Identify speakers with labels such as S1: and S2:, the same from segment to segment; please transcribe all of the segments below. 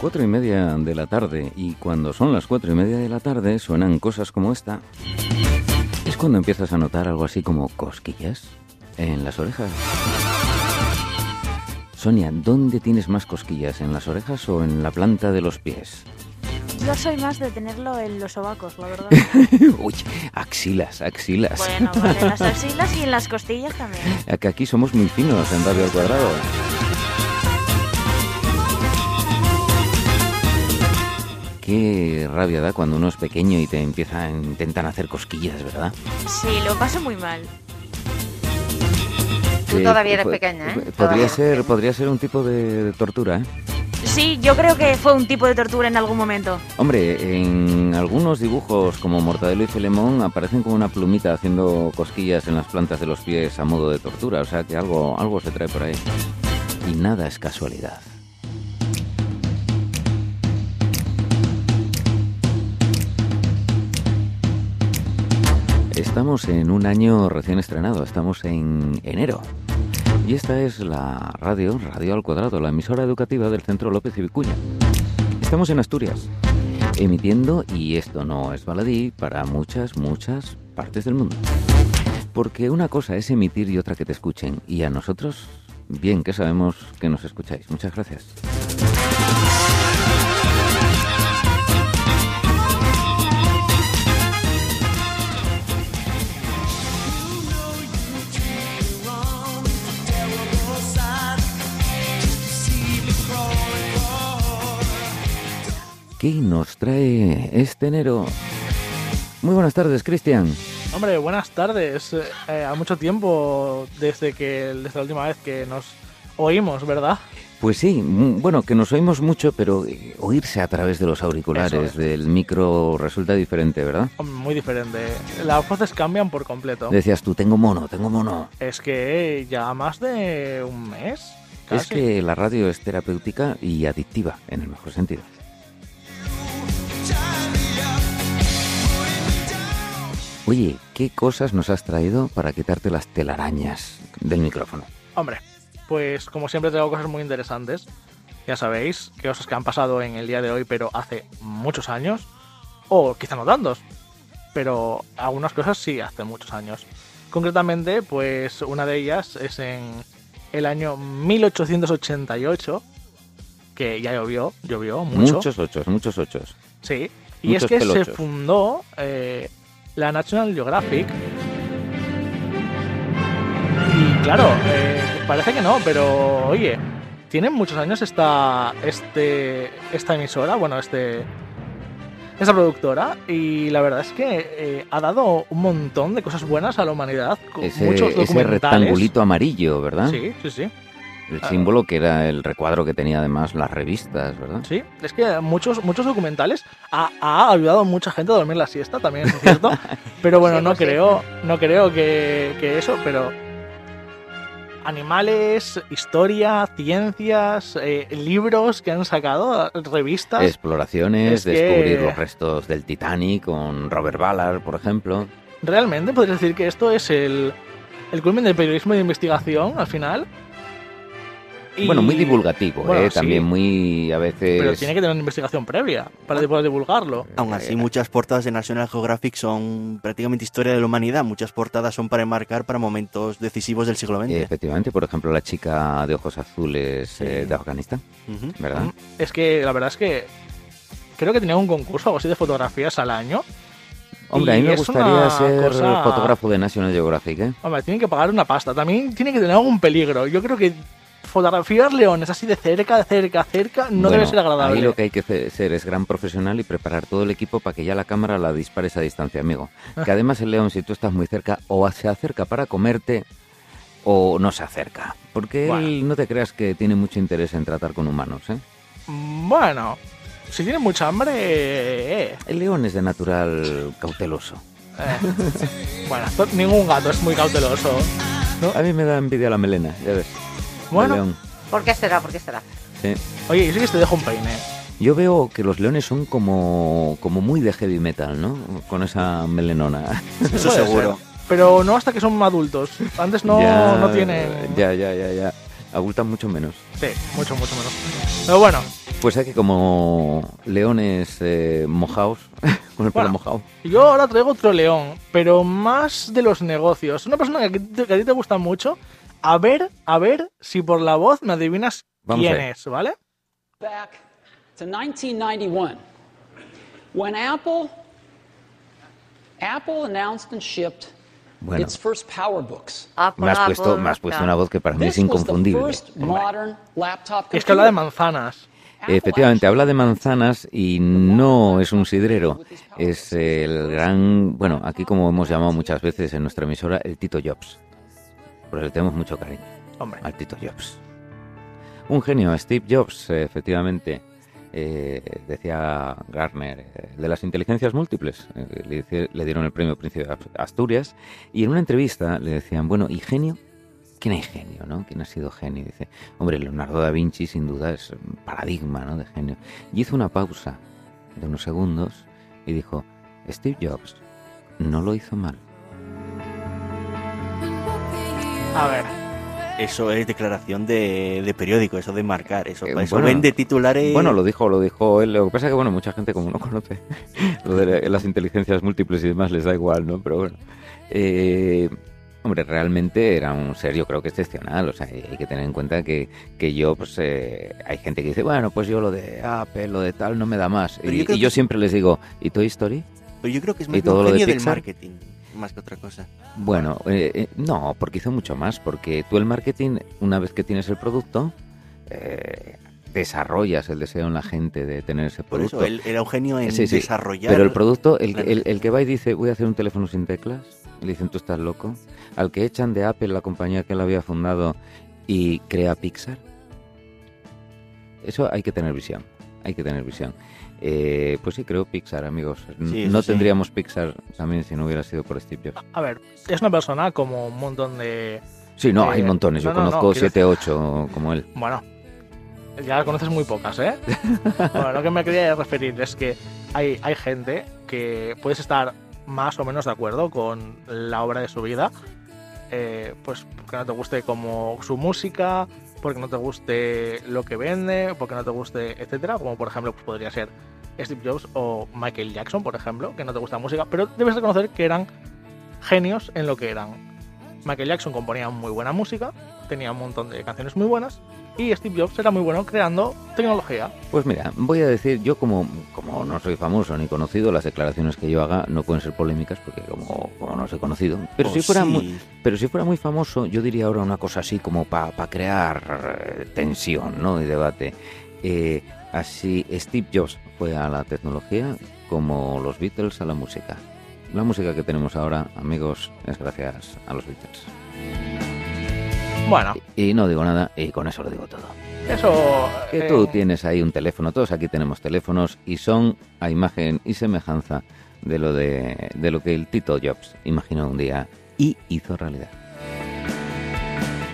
S1: cuatro y media de la tarde y cuando son las cuatro y media de la tarde suenan cosas como esta. Es cuando empiezas a notar algo así como cosquillas en las orejas. Sonia, ¿dónde tienes más cosquillas? ¿En las orejas o en la planta de los pies?
S2: Yo soy más de tenerlo en los sobacos, la verdad.
S1: Uy, axilas, axilas.
S2: Bueno, vale, en las axilas y en las costillas también.
S1: A Que aquí somos muy finos en Radio al Cuadrado. Qué rabia da cuando uno es pequeño y te empieza, intentan hacer cosquillas, ¿verdad?
S2: Sí, lo paso muy mal.
S3: Tú
S1: Eh,
S3: todavía eres
S1: po-
S3: pequeña, ¿eh?
S1: po- Podría
S3: Todavía.
S1: ser, podría ser un tipo de, de tortura, ¿eh?
S2: Sí, yo creo que fue un tipo de tortura en algún momento.
S1: Hombre, en algunos dibujos como Mortadelo y Filemón aparecen como una plumita haciendo cosquillas en las plantas de los pies a modo de tortura, o sea que algo, algo se trae por ahí. Y nada es casualidad. Estamos en un año recién estrenado, estamos en enero. Y esta es la radio, Radio al Cuadrado, la emisora educativa del Centro López y Vicuña. Estamos en Asturias, emitiendo, y esto no es baladí, para muchas, muchas partes del mundo. Porque una cosa es emitir y otra que te escuchen. Y a nosotros, bien que sabemos que nos escucháis. Muchas gracias. ¿Qué nos trae este enero? Muy buenas tardes, Cristian.
S4: Hombre, buenas tardes. Eh, a mucho tiempo desde que desde la última vez que nos oímos, ¿verdad?
S1: Pues sí, mm, bueno, que nos oímos mucho, pero eh, oírse a través de los auriculares, del micro, resulta diferente, ¿verdad?
S4: Hombre, Muy diferente. Las voces cambian por completo.
S1: Decías tú, tengo mono, tengo mono.
S4: Es que ya más de un mes. Casi.
S1: Es que la radio es terapéutica y adictiva, en el mejor sentido. Oye, ¿qué cosas nos has traído para quitarte las telarañas del micrófono?
S4: Hombre, pues como siempre traigo cosas muy interesantes. Ya sabéis, que cosas que han pasado en el día de hoy, pero hace muchos años. O quizá no tantos. Pero algunas cosas sí hace muchos años. Concretamente, pues una de ellas es en el año 1888. Que ya llovió, llovió mucho.
S1: Muchos ochos, muchos ochos.
S4: Sí. Y
S1: muchos
S4: es que se
S1: pelochos.
S4: fundó eh, la National Geographic. Y claro, eh, parece que no, pero oye, tienen muchos años esta, este, esta emisora, bueno, este, esta productora, y la verdad es que eh, ha dado un montón de cosas buenas a la humanidad, con
S1: Ese,
S4: muchos
S1: ese ¿eh?
S4: documentales.
S1: rectangulito amarillo, ¿verdad?
S4: Sí, sí, sí.
S1: El
S4: Ah.
S1: símbolo que era el recuadro que tenía además las revistas, ¿verdad?
S4: Sí, es que muchos, muchos documentales ha, ha ayudado a mucha gente a dormir la siesta, también es cierto. pero bueno,
S3: Sí,
S4: no
S3: lo sé.
S4: creo, no creo que, que eso, pero animales, historia, ciencias, eh, libros que han sacado, revistas.
S1: Exploraciones,
S4: Es que-
S1: descubrir los restos del Titanic con Robert Ballard, por ejemplo.
S4: Realmente podrías decir que esto es el, el culmen del periodismo de investigación al final. Y-
S1: Bueno, muy divulgativo,
S4: Bueno,
S1: ¿eh?
S4: sí,
S1: también muy a veces...
S4: Pero tiene que tener una investigación previa para poder divulgarlo.
S5: Aún así,
S1: Eh,
S5: muchas portadas de National Geographic son prácticamente historia de la humanidad. Muchas portadas son para enmarcar para momentos decisivos del siglo XX.
S1: Eh, Efectivamente, por ejemplo, la chica de ojos azules eh, de Afganistán,
S5: Ujú.
S1: ¿verdad?
S4: Es que la verdad es que creo que tenía un concurso o algo así de fotografías al año.
S1: Hombre, a mí
S4: Y
S1: me
S4: es
S1: gustaría
S4: una
S1: ser eh,
S4: cosa-
S1: fotógrafo de National Geographic, ¿eh?
S4: Hombre, tienen que pagar una pasta. También tiene que tener algún peligro. Yo creo que fotografiar leones así de cerca, de cerca, cerca, no debe
S1: Bueno,
S4: ser agradable.
S1: Ahí lo que hay que ce- ser es gran profesional y preparar todo el equipo para que ya la cámara la dispare a distancia, amigo. Que además el león, si tú estás muy cerca, o se acerca para comerte o no se acerca. Porque él, no te creas que tiene mucho interés en tratar con humanos, ¿eh?
S4: Bueno, si tiene mucha hambre... eh,
S1: El león es de natural cauteloso.
S4: eh. bueno, to- ningún gato es muy cauteloso.
S1: A mí me da envidia la melena, ya ves. del
S4: Bueno.
S1: león.
S3: ¿Por qué será? ¿Por qué será?
S1: Sí.
S4: Oye, y sí que te dejo un peine.
S1: Yo veo que los leones son como, como muy de heavy metal, ¿no? Con esa melenona.
S5: Eso
S4: Puede
S5: seguro.
S4: ser. Pero no hasta que son adultos. Antes no,
S1: Ya-
S4: no tienen...
S1: Ya, ya, ya, ya. Abultan mucho menos.
S4: Sí, mucho, mucho menos. Pero bueno,
S1: Pues aquí como leones eh, mojados, con el pelo
S4: Bueno.
S1: mojado.
S4: Yo ahora traigo otro león, pero más de los negocios. Una persona que, te- que a ti te gusta mucho. A ver, a ver si por la voz me adivinas
S1: Vamos a
S4: quién
S1: ver.
S4: es, ¿vale?
S3: back to 1991 when Apple Apple announced and shipped
S1: Bueno.
S3: its first power books.
S6: Ah, pues
S1: Me has puesto, me has puesto una voz que para mí es
S3: This was the
S1: inconfundible.
S3: first modern laptop
S4: Es que habla de
S3: computer.
S4: manzanas.
S3: Apple
S1: Efectivamente, habla de manzanas y no es un sidrero. Es el gran, bueno, aquí como hemos llamado muchas veces en nuestra emisora, el Tito Jobs. Por eso le tenemos mucho cariño
S4: Hombre,
S1: al Tito Jobs. Un genio, Steve Jobs, eh, efectivamente. Eh, decía Garner, eh, de las inteligencias múltiples. Eh, le, dice- le dieron el premio Príncipe de Ast- Asturias y en una entrevista le decían, bueno, ¿y genio? ¿Quién hay genio, no? ¿Quién ha sido genio? Y dice, hombre, Leonardo da Vinci sin duda es un paradigma, ¿no? De genio. Y hizo una pausa de unos segundos y dijo, Steve Jobs no lo hizo mal.
S4: a ver.
S5: Eso es declaración de, de periódico, eso de marcar, eso,
S1: Eh,
S5: eso
S1: bueno.
S5: vende titulares.
S1: Bueno, lo dijo, lo dijo él. Lo que pasa es que, bueno, mucha gente como no conoce lo de las inteligencias múltiples y demás les da igual, ¿no? Pero bueno. Eh, hombre, realmente era un ser, yo creo que excepcional. O sea, hay que tener en cuenta que, que yo, pues, eh, hay gente que dice, bueno, pues yo lo de Apple, lo de tal, no me da más.
S5: Pero
S1: Y,
S5: yo creo
S1: y yo
S5: que-
S1: siempre les digo, ¿y Toy Story?
S5: Pero yo creo que es
S1: ¿Y
S5: más
S1: todo
S5: todo
S1: lo de
S5: genio del
S1: Pixar?
S5: marketing, más que otra cosa.
S1: Bueno, eh, eh, no, porque hizo mucho más, porque tú el marketing, una vez que tienes el producto, eh, desarrollas el deseo en la gente de tener ese
S5: Por
S1: producto.
S5: eso,
S1: Eh,
S5: él era un genio en
S1: Sí, sí.
S5: desarrollar.
S1: Pero el producto, el,
S5: Claro.
S1: el- el que va y dice, voy a hacer un teléfono sin teclas, le dicen, tú estás loco. Al que echan de Apple, la compañía que él había fundado, y crea Pixar. Eso hay que tener visión, hay que tener visión. Eh, pues sí, creo Pixar, amigos. N-
S5: Sí, eso
S1: no
S5: sí.
S1: tendríamos Pixar también si no hubiera sido por Steve Jobs.
S4: A ver, es una persona como un montón de...
S1: Sí, no,
S4: Eh,
S1: hay montones. Yo
S4: no, no, no,
S1: conozco
S4: quiero
S1: siete, ocho como él.
S4: Bueno, ya conoces muy pocas, ¿eh? bueno, lo que me quería referir es que hay, hay gente que puedes estar más o menos de acuerdo con la obra de su vida, eh, pues porque no te guste como su música, porque no te guste lo que vende, porque no te guste, etcétera, como por ejemplo pues podría ser Steve Jobs o Michael Jackson, por ejemplo, que no te gusta la música, pero debes reconocer que eran genios en lo que eran. Michael Jackson componía muy buena música, tenía un montón de canciones muy buenas y Steve Jobs era muy bueno creando tecnología.
S1: Pues mira, voy a decir, yo como, como no soy famoso ni conocido, las declaraciones que yo haga no pueden ser polémicas porque como, como no soy conocido. Pero,
S5: Oh,
S1: si fuera
S5: sí.
S1: muy, pero si fuera muy famoso, yo diría ahora una cosa así como para crear eh, tensión ¿no? y debate. Eh, así Steve Jobs fue a la tecnología como los Beatles a la música. La música que tenemos ahora, amigos, es gracias a los Beatles.
S4: Bueno,
S1: Y no digo nada y con eso lo digo todo.
S4: eso.
S1: Que
S4: eh,
S1: tú tienes ahí un teléfono, todos aquí tenemos teléfonos y son a imagen y semejanza de lo de, de lo que el Tito Jobs imaginó un día y hizo realidad.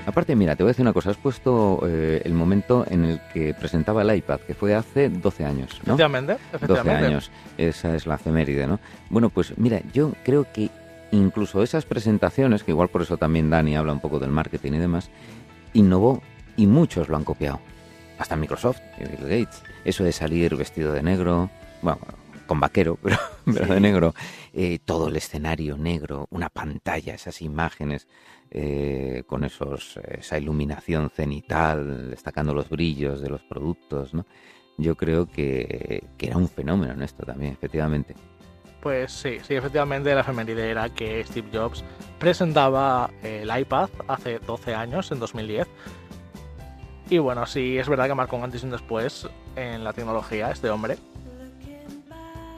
S1: Aparte, mira, te voy a decir una cosa, has puesto eh, el momento en el que presentaba el iPad, que fue hace 12 años, ¿no?
S4: Efectivamente,
S1: 12
S4: efectivamente.
S1: años, esa es la efeméride, ¿no? Bueno, pues mira, yo creo que incluso esas presentaciones, que igual por eso también Dani habla un poco del marketing y demás, innovó y muchos lo han copiado. Hasta Microsoft y Bill Gates. Eso de salir vestido de negro, bueno, con vaquero, pero, pero de negro. Eh, todo el escenario negro, una pantalla, esas imágenes eh, con esos, esa iluminación cenital, destacando los brillos de los productos, ¿no? Yo creo que, que era un fenómeno en esto también, efectivamente.
S4: Pues sí, sí, efectivamente la efeméride era que Steve Jobs presentaba eh, el iPad hace 12 años, en 2010. Y bueno, sí, es verdad que marcó un antes y un después en la tecnología este hombre.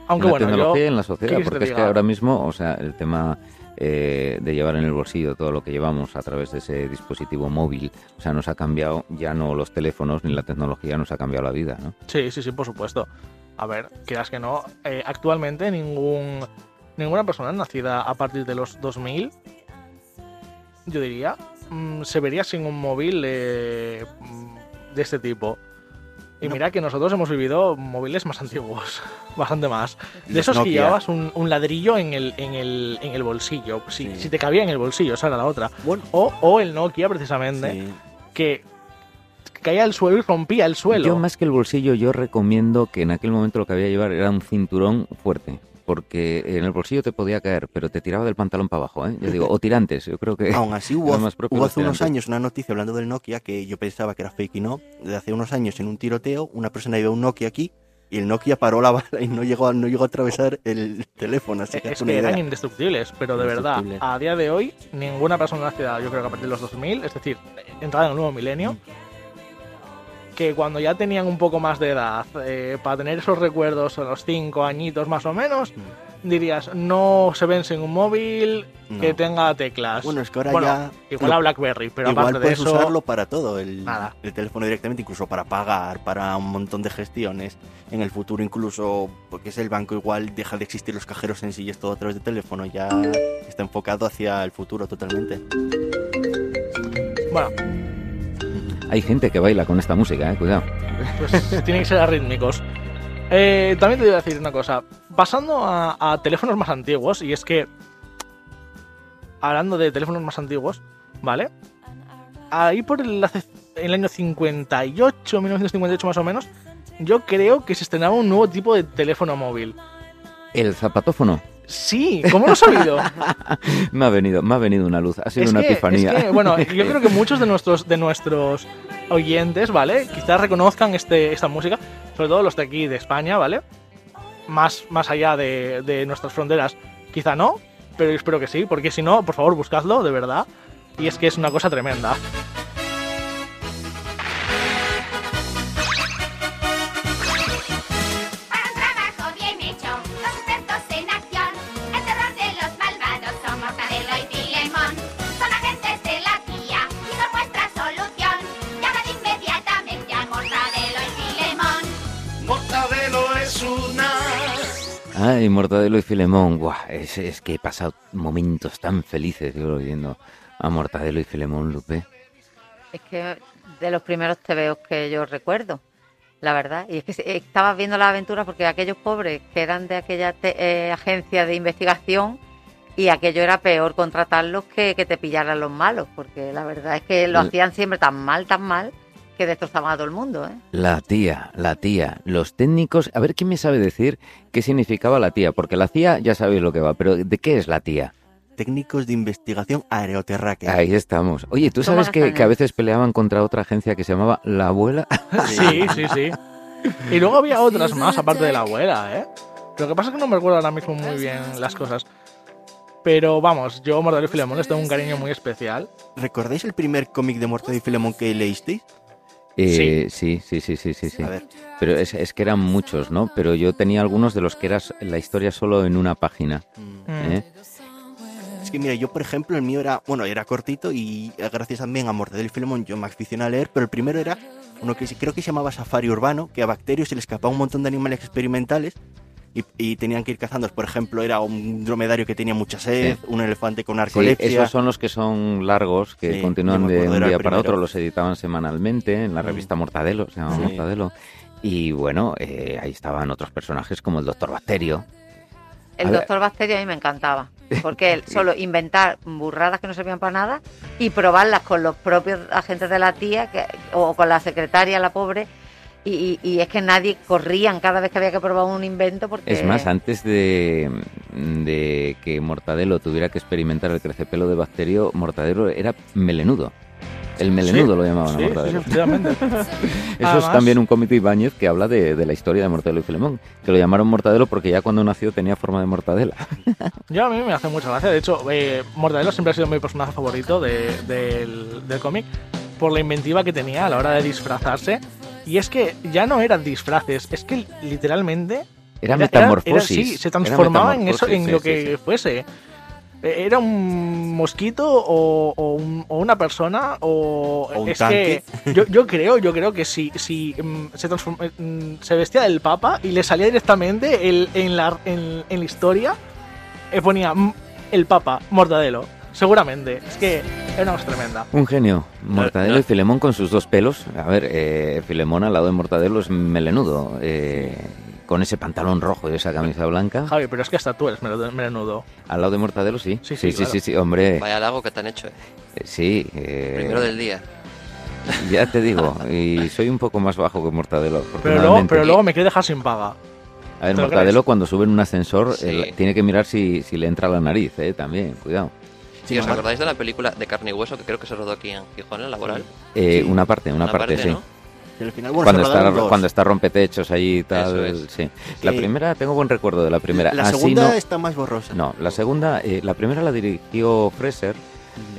S4: Aunque
S1: en
S4: bueno,
S1: la
S4: yo...
S1: tecnología y en la sociedad,
S4: ¿qué quieres que
S1: porque
S4: te
S1: es que
S4: diga?
S1: ahora mismo, o sea, el tema eh, de llevar en el bolsillo todo lo que llevamos a través de ese dispositivo móvil, o sea, nos ha cambiado ya no los teléfonos ni la tecnología, nos ha cambiado la vida, ¿no?
S4: Sí, sí, sí, por supuesto. A ver, quieras que no, eh, actualmente ningún ninguna persona nacida a partir de los 2000, yo diría, mm, se vería sin un móvil eh, mm, de este tipo. Y mira que nosotros hemos vivido móviles más antiguos, bastante más. De
S5: Los
S4: esos que
S5: Nokia.
S4: llevabas un, un ladrillo en el, en el, en el bolsillo, si,
S5: Sí.
S4: si te cabía en el bolsillo, esa era la otra.
S5: Bueno,
S4: O, o el Nokia, precisamente,
S5: sí.
S4: que caía al suelo y rompía el suelo.
S1: Yo más que el bolsillo, yo recomiendo que en aquel momento lo que había que llevar era un cinturón fuerte. Porque en el bolsillo te podía caer, pero te tiraba del pantalón para abajo, ¿eh? Yo digo, o tirantes, yo creo que...
S5: Aún así hubo,
S1: era
S5: haz-
S1: más propio este
S5: hubo
S1: los
S5: hace unos
S1: tirantes.
S5: años una noticia hablando del Nokia que yo pensaba que era fake y no. De hace unos años en un tiroteo una persona llevó un Nokia aquí y el Nokia paró la bala y no llegó a, no llegó a atravesar el teléfono. Así que
S4: Eh, Es
S5: haz una
S4: que eran
S5: idea.
S4: indestructibles, pero de verdad,
S1: Indestructibles.
S4: a día de hoy, ninguna persona en la ciudad, yo creo que a partir de los 2000, es decir, entrada en el nuevo milenio,
S5: Mm.
S4: que cuando ya tenían un poco más de edad, eh, para tener esos recuerdos a los 5 añitos más o menos, dirías, no se ven sin un móvil
S5: Mm. No.
S4: que tenga teclas.
S5: Bueno, es que ahora
S4: Bueno,
S5: ya
S4: Igual a BlackBerry, pero
S5: igual
S4: aparte de
S5: puedes
S4: eso,
S5: usarlo para todo, el,
S4: nada.
S5: el teléfono directamente, incluso para pagar, para un montón de gestiones. En el futuro incluso, porque es el banco, igual deja de existir los cajeros en sí y es todo a través de teléfono. Ya está enfocado hacia el futuro totalmente.
S4: bueno,
S1: Hay gente que baila con esta música, ¿eh? Cuidado.
S4: pues tienen que ser arrítmicos. Eh, también te voy a decir una cosa. Pasando a, a teléfonos más antiguos, y es que. Hablando de teléfonos más antiguos, ¿vale? Ahí por el, hace- el año 58, 1958 más o menos, yo creo que se estrenaba un nuevo tipo de teléfono móvil.
S1: El zapatófono.
S4: Sí, ¿cómo lo has sabido?
S1: Me ha venido, me ha venido una luz, ha sido una
S4: que,
S1: epifanía.
S4: es que, bueno, yo creo que muchos de nuestros, de nuestros oyentes, ¿vale? Quizás reconozcan este, esta música, sobre todo los de aquí, de España, ¿vale? Más, más allá de, de nuestras fronteras, quizá no, pero yo espero que sí, porque si no, por favor, buscadlo, de verdad. Y es que es una cosa tremenda.
S7: Para un trabajo bien hecho, los expertos en acción. El terror de los malvados son Mortadelo y Filemón. Son agentes de la guía y nos muestra solución. Llaman inmediatamente a Mortadelo y Filemón.
S8: Mortadelo es una
S1: Ay, Mortadelo y Filemón. Buah, es, es que he pasado momentos tan felices yo oyendo a Mortadelo y Filemón, Lupe.
S6: Es que de los primeros TVOs que yo recuerdo, la verdad. Y es que se- estabas viendo las aventuras porque aquellos pobres que eran de aquella te- eh, agencia de investigación y aquello era peor contratarlos que, que te pillaran los malos, porque la verdad es que lo
S1: Mm.
S6: hacían siempre tan mal, tan mal, que destrozaban a todo el mundo, ¿eh?
S1: La tía, la tía, los técnicos. A ver quién me sabe decir qué significaba la tía, porque la tía ya sabéis lo que va, pero ¿de qué es la tía?
S5: Técnicos de investigación aeroterráquea.
S1: Ahí estamos. Oye, ¿tú
S6: Toma
S1: sabes que,
S6: castaña.
S1: que a veces peleaban contra otra agencia que se llamaba La Abuela?
S4: Sí, sí, sí. Y luego había otras más, aparte de la abuela, ¿eh? Lo que pasa es que no me recuerdo ahora mismo muy bien las cosas. Pero vamos, yo Mortadelo y Filemón les tengo un cariño muy especial.
S5: ¿Recordáis el primer cómic de Mortadelo y Filemón que leísteis?
S1: Eh, sí, sí, sí, sí, sí. sí.
S5: A ver,
S1: Pero es, es que eran muchos, ¿no? Pero yo tenía algunos de los que era la historia solo en una página.
S5: mm,
S4: Mm.
S1: ¿eh?
S5: es que mira, yo por ejemplo, el mío era, bueno, era cortito y eh, gracias también a Mortadelo y Filemón yo me aficioné a leer, pero el primero era uno que se- creo que se llamaba Safari Urbano, que a Bacterios se le escapaba un montón de animales experimentales y, y tenían que ir cazándolos. Por ejemplo, era un dromedario que tenía mucha sed, un elefante con
S1: Sí,
S5: narcolepsia.
S1: esos son los que son largos, que
S5: Sí,
S1: continúan
S5: yo me
S1: de
S5: acuerdo,
S1: un
S5: era el
S1: día para
S5: primero.
S1: otro, los editaban semanalmente en la
S5: Mm.
S1: revista Mortadelo, se llamaba
S5: Sí.
S1: Mortadelo. Y bueno, eh, ahí estaban otros personajes como el Doctor Bacterio.
S6: El
S1: A ver.
S6: doctor Bacterio a mí me encantaba, porque él solo inventar burradas que no servían para nada y probarlas con los propios agentes de la tía que- o con la secretaria, la pobre, y, y- y es que nadie corrían cada vez que había que probar un invento porque...
S1: Es más, antes de, de que Mortadelo tuviera que experimentar el crecepelo de Bacterio, Mortadelo era melenudo. El melenudo lo llamaban
S4: Sí,
S1: a
S4: sí,
S1: Mortadelo.
S4: efectivamente.
S1: Eso es
S4: Además-
S1: también un cómic de Ibáñez que habla de, de la historia de Mortadelo y Filemón, que lo llamaron Mortadelo porque ya cuando nació tenía forma de mortadela.
S4: Yo a mí me hace mucha gracia. De hecho, eh, Mortadelo siempre ha sido mi personaje favorito de- del, del cómic por la inventiva que tenía a la hora de disfrazarse. Y es que ya no eran disfraces, es que literalmente era-
S1: Era
S4: era-
S1: metamorfosis.
S4: sí, se
S1: Era
S4: transformaba en eso,
S1: metamorfosis,
S4: en
S1: sí,
S4: lo
S1: sí,
S4: que
S1: sí.
S4: fuese. Eh, Era un mosquito o, o un- o una persona o,
S5: O un
S4: es
S5: tanque.
S4: que yo, yo creo yo creo que si si mm, se transform- mm, se vestía del Papa y le salía directamente el- en la en, en la historia eh, ponía mm, el Papa Mortadelo seguramente es que era una cosa tremenda
S1: Un genio. Mortadelo
S8: no.
S1: y Filemón con sus dos pelos. A ver, eh, Filemón al lado de Mortadelo es melenudo. eh, con ese pantalón rojo y esa camisa blanca.
S4: Javi pero es que hasta tú eres melo- melenudo
S1: Al lado de Mortadelo, sí.
S4: Sí,
S1: sí,
S4: sí,
S1: sí,
S4: claro.
S1: sí, hombre.
S9: Vaya lago que te han hecho, eh.
S1: eh, Sí. eh,
S9: Primero del día.
S1: Ya te digo, y soy un poco más bajo que Mortadelo.
S4: Pero luego,
S1: afortunadamente.
S4: pero luego me quiere dejar sin paga.
S1: A ver,
S4: ¿Te lo
S1: Mortadelo
S4: crees?
S1: cuando sube en un ascensor
S9: Sí.
S1: él tiene que mirar si, si le entra la nariz, eh, también, cuidado.
S9: Si os
S5: Ajá.
S9: acordáis de la película de carne y hueso que creo que se rodó aquí en Gijón, en Laboral.
S1: Eh, Una parte, una, parte, sí.
S9: ¿no?
S5: Y al final, bueno,
S1: cuando,
S5: se rodaron
S1: está,
S5: dos.
S1: cuando está rompetechos allí y tal.
S9: Eso es.
S1: sí. La
S5: Sí.
S1: primera, tengo buen recuerdo de la primera.
S5: La
S1: Así
S5: segunda
S1: no-
S5: está más borrosa.
S1: No, la segunda, eh, la primera la dirigió Freser,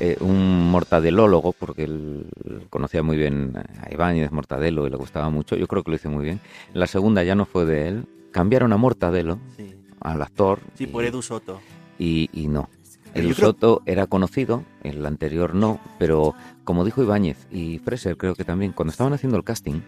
S1: eh, un mortadelólogo, porque él conocía muy bien a Ibáñez Mortadelo y le gustaba mucho. Yo creo que lo hizo muy bien. La segunda ya no fue de él. Cambiaron a Mortadelo,
S5: Sí,
S1: al actor.
S5: Sí,
S1: y-
S5: por Edu Soto.
S1: y, y no.
S5: Pero
S1: El
S5: yo creo-
S1: Soto era conocido, el anterior no, pero como dijo Ibáñez y Freser, creo que también, cuando estaban haciendo el casting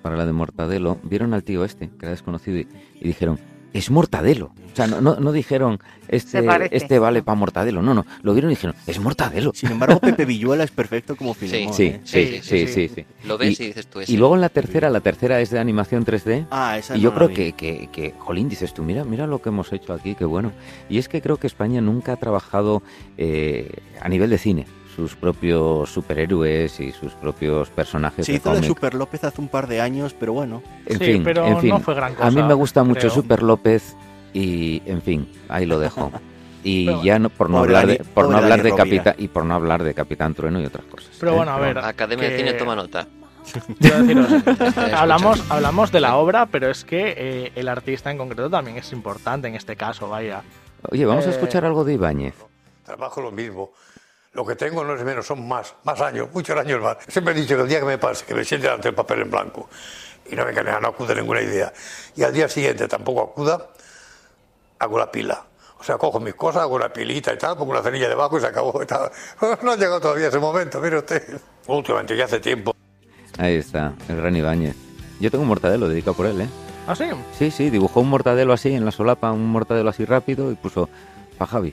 S1: para la de Mortadelo, vieron al tío este, que era desconocido, y, y dijeron, es Mortadelo. O sea, no, no, no dijeron, este,
S6: Se parece.
S1: este vale para Mortadelo, no, no, lo vieron y dijeron, es Mortadelo.
S5: Sin embargo, Pepe Villuela es perfecto como Filemón.
S1: Sí,
S5: ¿eh?
S1: sí, sí,
S9: Sí,
S4: sí,
S1: sí. sí,
S9: Lo ves
S1: Y-
S9: y, dices tú
S1: Y
S9: ese.
S1: luego en la tercera, la tercera es de animación 3D.
S5: Ah, esa
S1: Y yo
S5: no la
S1: creo
S5: vi.
S1: que, que, que, jolín, dices tú, mira, mira lo que hemos hecho aquí, qué bueno. Y es que creo que España nunca ha trabajado eh, a nivel de cine sus propios superhéroes y sus propios personajes
S5: Se
S1: de
S5: hizo la de
S1: cómic.
S5: Super López hace un par de años, pero bueno.
S1: En
S4: Sí,
S1: fin,
S4: pero
S1: en fin.
S4: no fue gran
S1: a mí
S4: cosa,
S1: me gusta mucho
S4: creo.
S1: Super López y, en fin, ahí lo dejo. Y
S4: Pero-
S1: ya no, por no
S5: Pobre
S1: hablar de,
S5: Dani-
S1: por no
S5: pobre
S1: hablar
S5: Dani
S1: de
S5: Rovira.
S1: Capitán y por no hablar de Capitán Trueno y otras cosas.
S4: Pero
S1: ¿eh?
S4: bueno, a ver.
S9: Academia de
S4: que-
S9: Cine toma nota.
S4: Quiero deciros,
S9: escuchando.
S4: hablamos, hablamos de la obra, pero es que eh, el artista en concreto también es importante en este caso, vaya.
S1: Oye, vamos a
S4: eh,
S1: escuchar algo de Ibáñez.
S8: Trabajo lo mismo. Lo que tengo no es menos, son más, más años, muchos años más. Siempre he dicho que el día que me pase, que me siente delante del papel en blanco y no me canea, no acude a ninguna idea. Y al día siguiente tampoco acuda, hago la pila. O sea, cojo mis cosas, hago una pilita y tal, pongo una cerilla debajo y se acabó. y tal. No ha llegado todavía ese momento, mire usted. Últimamente, ya hace tiempo.
S1: Ahí está, el gran Ibáñez. Yo tengo un mortadelo dedicado por él, ¿eh?
S4: ¿Ah, sí?
S1: Sí, sí, dibujó un mortadelo así en la solapa, un mortadelo así rápido y puso pa' Javi.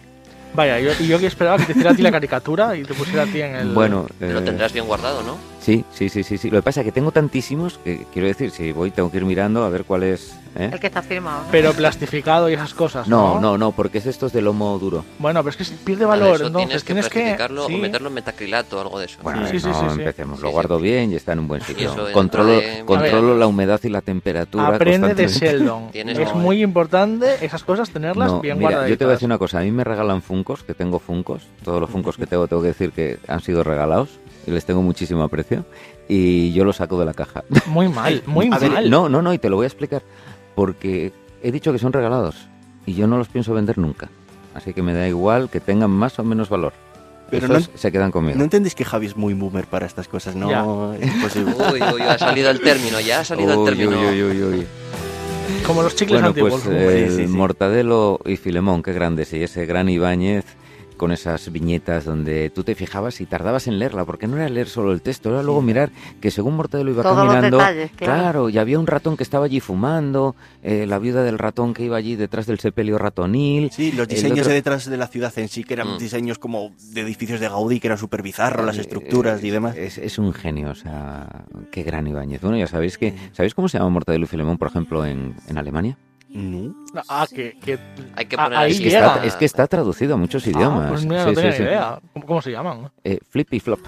S4: Vaya, yo, y yo que esperaba que te hiciera a ti la caricatura y te pusiera a ti en el.
S1: Bueno,
S9: Lo
S1: eh,
S9: tendrás bien guardado, ¿no?
S1: sí, sí, sí, sí, sí. Lo que pasa es que tengo tantísimos que quiero decir, si voy tengo que ir mirando a ver cuál es. ¿eh?
S6: El que está firmado. ¿no?
S4: Pero plastificado y esas cosas.
S1: No,
S4: No,
S1: no, no, porque es estos de lomo duro.
S4: Bueno, pero es que si pierde
S9: Nada,
S4: valor,
S9: eso
S4: entonces
S9: tienes
S4: tienes
S9: que
S4: que.
S9: plastificarlo
S4: sí.
S9: o meterlo en metacrilato o algo de eso.
S1: Bueno, a
S4: Sí,
S1: ver,
S4: sí,
S1: no
S4: sí, sí.
S1: empecemos. Lo
S9: Sí,
S1: guardo bien y está en un buen
S9: Y eso
S1: sitio.
S9: dentro
S1: Controlo,
S9: de-
S1: controlo la humedad y la temperatura.
S4: Aprende de
S1: constantemente.
S4: Sheldon.
S9: Tienes
S4: es
S9: razón.
S4: muy importante esas cosas tenerlas
S1: No,
S4: bien
S1: mira,
S4: guardaditas.
S1: yo te voy a decir una cosa. A mí me regalan funcos, que tengo funcos. Todos los funcos que tengo, tengo que decir que han sido regalados. Y les tengo muchísimo aprecio. Y yo los saco de la caja.
S4: Muy mal, muy
S1: A ver,
S4: mal.
S1: no, no, no, y te lo voy a explicar. Porque he dicho que son regalados. Y yo no los pienso vender nunca. Así que me da igual que tengan más o menos valor.
S5: Pero
S1: Esos
S5: no-
S1: se quedan conmigo.
S5: No entendéis que Javi es muy boomer para estas cosas, no es posible.
S9: Uy, uy, uy, ha salido el término, ya ha salido el
S1: Uy,
S9: término.
S1: uy, uy, uy, uy.
S4: Como los chicles
S1: Bueno,
S4: antiguos.
S1: pues eh,
S5: Sí, sí, sí.
S1: Mortadelo y Filemón, qué grandes. Y ese gran Ibáñez con esas viñetas donde tú te fijabas y tardabas en leerla, porque no era leer solo el texto, era luego mirar que según Mortadelo iba
S6: Todos los
S1: caminando,
S6: detalles, claro.
S1: y había un ratón que estaba allí fumando, eh, la viuda del ratón que iba allí detrás del sepelio ratonil.
S5: Sí, los
S1: el
S5: diseños
S1: otro-
S5: de detrás de la ciudad en sí, que eran
S9: Mm.
S5: diseños como de edificios de Gaudí, que eran súper bizarros, las
S1: Eh,
S5: estructuras
S1: eh,
S5: y demás.
S1: Es, es un genio, o sea, qué gran Ibáñez. Bueno, ya sabéis que, ¿sabéis cómo se llama Mortadelo y Filemón, por ejemplo, en, en Alemania?
S5: No.
S4: Ah, que. que-
S9: Hay que
S4: ah,
S9: poner
S4: ahí
S9: ahí.
S1: Es que está-
S4: llega.
S1: es que está traducido a muchos idiomas.
S4: Ah, pues mira,
S1: Sí,
S4: no
S1: sí,
S4: tenía ni
S1: sí.
S4: idea. ¿Cómo, cómo se llaman?
S1: Eh, flip y flop.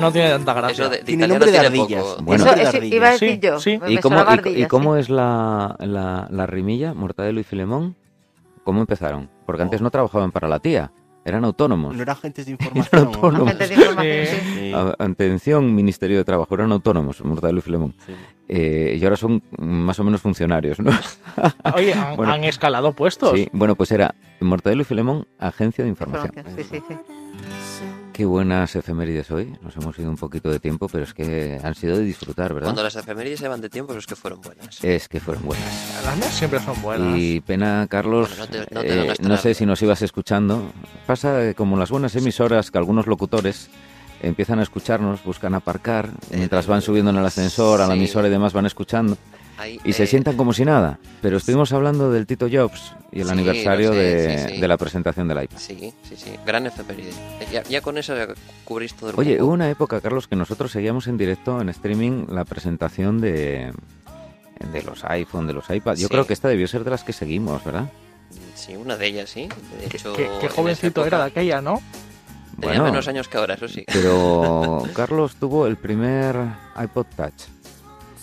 S4: No tiene tanta gracia.
S9: Eso de, de
S5: Tiene
S9: italiano
S5: nombre de
S9: tiene
S5: ardillas.
S9: poco.
S1: Bueno.
S6: eso,
S5: Nombre de
S6: eso
S5: ardilla.
S6: iba a decir
S4: Sí,
S6: yo.
S4: sí.
S6: me
S1: ¿Y cómo,
S6: sonaba
S1: y-
S6: ardilla,
S1: y cómo
S6: sí.
S1: es la, la, la rimilla, Mortadelo y Filemón? ¿Cómo empezaron? Porque
S4: Oh.
S1: antes no trabajaban para la tía, eran autónomos.
S5: No eran agentes de información.
S1: autónomos.
S6: Agentes de información,
S4: Sí.
S6: sí.
S5: Sí.
S1: A- Atención, Ministerio de Trabajo, eran autónomos, Mortadelo y Filemón.
S5: Sí.
S1: Eh, y ahora son mm, más o menos funcionarios, ¿no?
S4: Ah, Oye, han,
S1: Bueno.
S4: han escalado puestos.
S1: Sí, bueno, pues era Mortadelo y Filemón, Agencia de Información.
S6: Información, sí, sí, sí.
S1: Qué buenas efemérides hoy, nos hemos ido un poquito de tiempo, pero es que han sido de disfrutar, ¿verdad?
S9: Cuando las efemérides se van de tiempo, es que fueron buenas.
S1: Es que fueron buenas.
S4: Las mías siempre son buenas.
S1: Y pena, Carlos,
S9: Bueno, no te- no te
S1: eh,
S9: ganas
S1: no sé
S9: nada.
S1: si nos ibas escuchando. Pasa eh, como las buenas emisoras que algunos locutores empiezan a escucharnos, buscan aparcar, mientras van subiendo en el ascensor, a la
S9: Sí.
S1: emisora y demás van escuchando,
S9: Ahí,
S1: y se
S9: eh,
S1: sientan como si nada. Pero estuvimos hablando del Tito Jobs y el
S9: Sí,
S1: aniversario
S9: lo sé,
S1: de,
S9: sí, sí.
S1: de la presentación del iPad.
S9: Sí, sí, sí. Gran efeméride. Ya, ya con eso ya cubrís todo el
S1: Oye,
S9: cupo.
S1: hubo una época, Carlos, que nosotros seguíamos en directo, en streaming, la presentación de, de los iPhone, de los iPad. Yo
S9: Sí.
S1: creo que esta debió ser de las que seguimos, ¿verdad?
S9: Sí, una de ellas, sí. De
S4: Qué-
S9: hecho,
S4: qué, qué
S9: en esa
S4: jovencito
S9: época-
S4: era de aquella, ¿no?
S9: Tenía
S1: Bueno.
S9: menos años que ahora, eso sí.
S1: Pero Carlos tuvo el primer iPod Touch.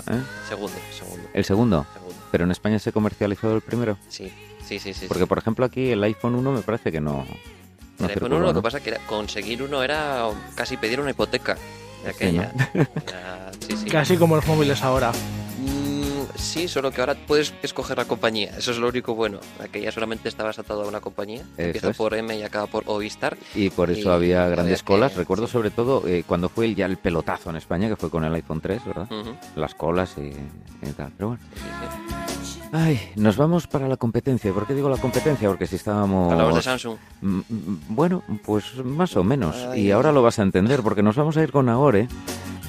S1: ¿eh?
S9: Segundo, segundo,
S1: El segundo.
S9: segundo.
S1: Pero en España se comercializó el primero.
S9: Sí, sí, sí, sí.
S1: Porque, por ejemplo, aquí el iPhone 1 me parece que no. no
S9: El iPhone
S1: circuló,
S9: 1 lo que
S1: ¿no?
S9: pasa es que era- conseguir uno era casi pedir una hipoteca. De
S1: Sí, ¿no?
S9: aquella. Ya, sí, sí.
S4: Casi como los móviles ahora.
S9: Mm, sí, solo que ahora puedes escoger la compañía. Eso es lo único bueno. Aquella solamente estabas atado a una compañía. Empieza
S1: es.
S9: por M y acaba por Ovistar.
S1: Y por eso
S9: Y
S1: había
S9: había
S1: grandes
S9: que-
S1: colas. Recuerdo
S9: sí.
S1: sobre todo eh, cuando fue el- ya el pelotazo en España, que fue con el iPhone 3, ¿verdad?
S9: Ujú.
S1: Las colas y, y tal. Pero bueno.
S9: Sí, sí.
S1: Ay, nos vamos para la competencia. ¿Por qué digo la competencia? Porque si estábamos...
S9: Hablamos de Samsung.
S1: Mm, mm, Bueno, pues más o menos.
S9: Ay.
S1: Y ahora lo vas a entender, porque nos vamos a ir con Ahore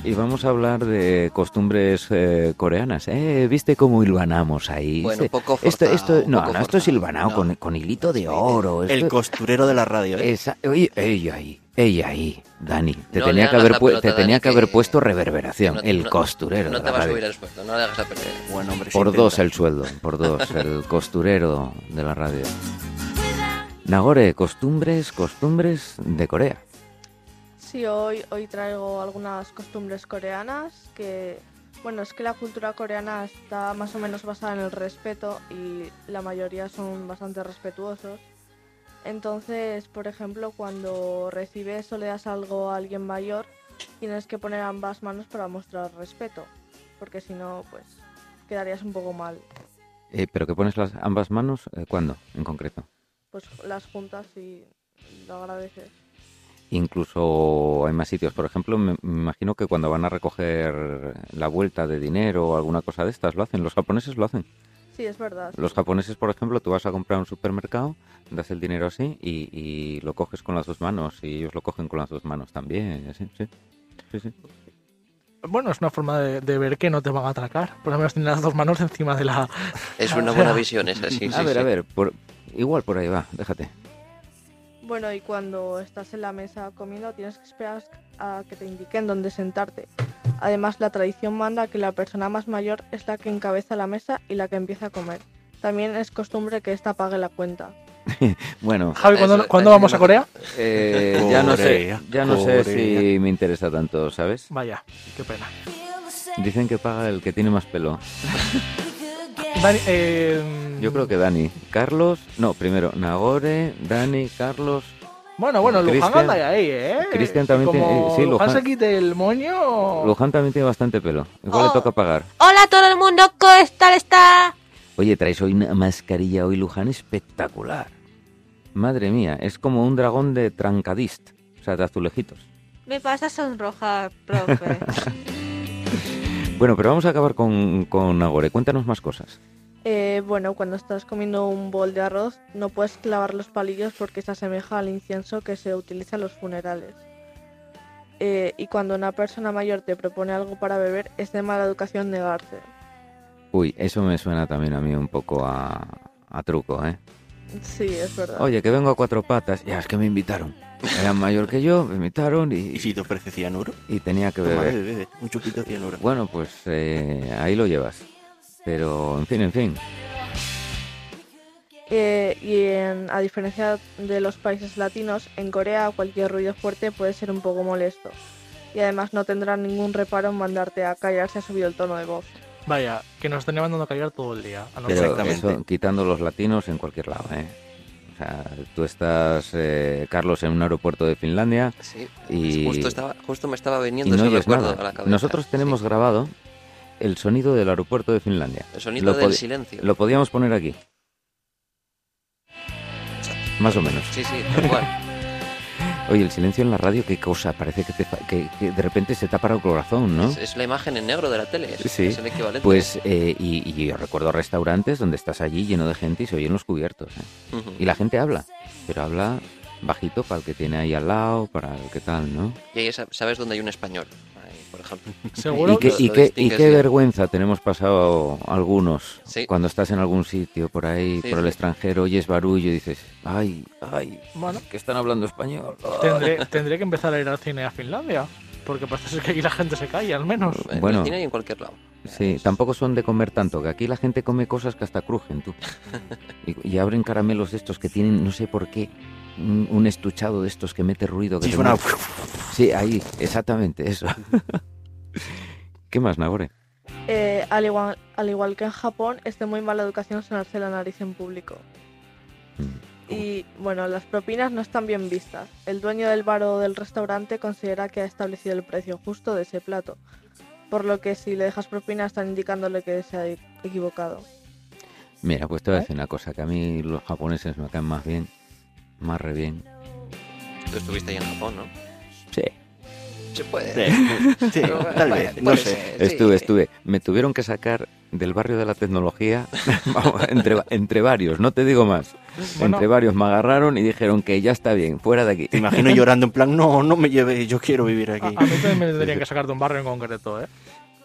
S1: y vamos a hablar de costumbres eh, coreanas. Eh, ¿Viste cómo hilvanamos ahí?
S9: Bueno,
S1: Sí.
S9: un poco
S1: esto,
S9: forzado,
S1: esto,
S9: un
S1: no,
S9: poco
S1: no, esto es
S9: forzado.
S1: hilvanado
S9: No.
S1: con, con hilito de oro.
S5: El
S1: esto-
S5: costurero de la radio. ¿eh?
S1: esa- oye, ey, ahí, ey, ahí, Dani. Te
S9: No le
S1: tenía que
S9: hagas
S1: haber,
S9: la
S1: pu-
S9: pelota,
S1: te tenía
S9: Dani,
S1: que haber
S9: que-
S1: puesto reverberación.
S9: No te-
S1: el
S9: no-
S1: costurero.
S9: No
S1: de
S9: te
S1: la
S9: vas a
S1: radio.
S9: subir el sueldo, no le hagas a perder.
S5: Bueno, hombre, se
S1: Por
S5: intenta.
S1: dos el sueldo, por dos, el costurero de la radio. Nagore, costumbres, costumbres de Corea.
S10: Sí, hoy, hoy traigo algunas costumbres coreanas que, bueno, es que la cultura coreana está más o menos basada en el respeto y la mayoría son bastante respetuosos. Entonces, por ejemplo, cuando recibes o le das algo a alguien mayor, tienes que poner ambas manos para mostrar respeto, porque si no, pues quedarías un poco mal.
S1: Eh, ¿Pero que pones las ambas manos? eh, ¿Cuándo, en concreto?
S10: Pues las juntas y lo agradeces.
S1: Incluso hay más sitios. Por ejemplo, me, me imagino que cuando van a recoger la vuelta de dinero o alguna cosa de estas, lo hacen. Los japoneses lo hacen.
S10: Sí, es verdad.
S1: Los japoneses, por ejemplo, tú vas a comprar a un supermercado, das el dinero así y, y lo coges con las dos manos. Y ellos lo cogen con las dos manos también. y así, sí. Sí, sí.
S4: Bueno, es una forma de, de ver que no te van a atracar. Por lo menos tienes las dos manos encima de la.
S9: Es una buena visión esa, sí,
S1: a
S9: sí,
S1: ver, a
S9: sí.
S1: ver. por- igual por ahí va. Déjate.
S10: Bueno, y cuando estás en la mesa comiendo tienes que esperar a que te indiquen dónde sentarte. Además, la tradición manda que la persona más mayor es la que encabeza la mesa y la que empieza a comer. También es costumbre que esta pague la cuenta.
S1: Bueno,
S4: Javi,
S9: Eso-
S4: ¿cuándo, ¿cuándo
S9: eso-
S4: vamos a Corea?
S1: eh, ya no sé,
S5: Corea,
S1: ya no sé
S5: Corea.
S1: si me interesa tanto, ¿sabes?
S4: Vaya, qué pena.
S1: Dicen que paga el que tiene más pelo.
S4: Dani, eh,
S1: Yo creo que Dani. Carlos, no, primero Nagore, Dani, Carlos.
S4: Bueno, bueno, Luján
S1: Cristian-
S4: anda ahí, ¿eh?
S1: Cristian también
S4: Que como
S1: tiene- sí, Luján-
S4: se quite el moño.
S1: Luján también tiene bastante pelo. Igual le
S2: Oh.
S1: toca pagar.
S2: Hola a todo el mundo, ¿cómo está? está?
S1: Oye, traes hoy una mascarilla, hoy Luján espectacular. Madre mía, es como un dragón de trancadist, o sea, de azulejitos.
S2: Me pasa sonrojar, profe.
S1: Bueno, pero vamos a acabar con, con Nagore. Cuéntanos más cosas.
S10: Eh, bueno, cuando estás comiendo un bol de arroz no puedes clavar los palillos porque se asemeja al incienso que se utiliza en los funerales. Eh, y cuando una persona mayor te propone algo para beber es de mala educación negarse.
S1: Uy, eso me suena también a mí un poco a, a truco, ¿eh?
S10: Sí, es verdad.
S1: Oye, que vengo a cuatro patas. Ya, es que me invitaron. Eran mayor que yo, me invitaron
S5: ¿Y
S1: y,
S5: si te ofrece cianuro?
S1: y tenía que
S5: Toma,
S1: beber.
S5: bebe, bebe. Un chupito de cianuro.
S1: Eh. Bueno, pues eh, ahí lo llevas. Pero, en fin, en fin.
S10: Eh, y en- a diferencia de los países latinos, en Corea cualquier ruido fuerte puede ser un poco molesto. Y además no tendrán ningún reparo en mandarte a callar si ha subido el tono de voz.
S4: Vaya, que nos están mandando a callar todo el día. A nosotros.
S1: Pero
S5: Exactamente.
S1: eso, quitando los latinos en cualquier lado, ¿eh? O sea, tú estás, eh, Carlos, en un aeropuerto de Finlandia
S9: Sí,
S1: Y-
S9: justo, estaba, justo me estaba
S1: y
S9: viniendo
S1: no
S9: ese
S1: oyes
S9: recuerdo
S1: nada.
S9: a la cabeza.
S1: Nosotros tenemos
S9: Sí.
S1: grabado el sonido del aeropuerto de Finlandia.
S9: el sonido
S1: lo
S9: del
S1: podi-
S9: silencio.
S1: Lo podíamos poner aquí. Más o menos.
S9: Sí, sí, tal cual.
S1: Oye, el silencio en la radio, qué cosa. Parece que, te fa- que- que de repente se tapa el corazón, ¿no?
S9: Es, es la imagen en negro de la tele, es,
S1: Sí.
S9: es el equivalente.
S1: Pues, eh, y, y yo recuerdo restaurantes donde estás allí lleno de gente y se oyen los cubiertos. ¿eh?
S9: Ujú.
S1: Y la gente habla, pero habla bajito para el que tiene ahí al lado, para el que tal, ¿no?
S9: Y ahí sa- sabes dónde hay un español, ahí, por ejemplo.
S4: Seguro
S1: Y
S9: que
S1: qué,
S9: lo
S1: y qué, y
S9: distingues
S1: qué
S9: bien.
S1: vergüenza tenemos pasado algunos
S9: Sí.
S1: cuando estás en algún sitio por ahí,
S9: Sí,
S1: por el
S9: sí.
S1: extranjero, oyes barullo y dices, ay, ay,
S4: Bueno.
S1: que están hablando español. ay".
S4: Tendré, tendré que empezar a ir al cine a Finlandia. Porque parece ser que aquí la gente se calla, al menos.
S9: En
S1: Bueno.
S9: el cine y en cualquier lado.
S1: Sí, tampoco son de comer tanto, que aquí la gente come cosas que hasta crujen, tú. Y, y abren caramelos de estos que tienen, no sé por qué, un, un estuchado de estos que mete ruido. Que
S5: Sí,
S1: te
S5: suena-
S1: muerde. Sí, ahí, exactamente, eso. ¿Qué más, Nagore?
S10: Eh, al, igual, al igual que en Japón, es de muy mala educación sonarse la nariz en público. Y bueno, las propinas no están bien vistas. El dueño del bar o del restaurante considera que ha establecido el precio justo de ese plato, por lo que si le dejas propina están indicándole que se ha equivocado.
S1: Mira, pues te voy a decir una cosa, que a mí los japoneses me caen más bien, más re bien.
S9: Tú estuviste ahí en Japón, ¿no?
S1: Sí.
S9: Se puede.
S5: Sí, sí, tal vez, no
S9: Puede
S5: sé.
S9: ser, sí.
S1: Estuve, estuve. Me tuvieron que sacar del barrio de la tecnología, vamos, entre, va- entre varios, no te digo más.
S4: Bueno.
S1: Entre varios me agarraron y dijeron que ya está bien, fuera de aquí.
S5: Te imagino llorando en plan, no, no me lleve, yo quiero vivir
S4: A, a
S5: aquí.
S4: mí también me tendrían que sacar de un barrio en concreto, ¿eh?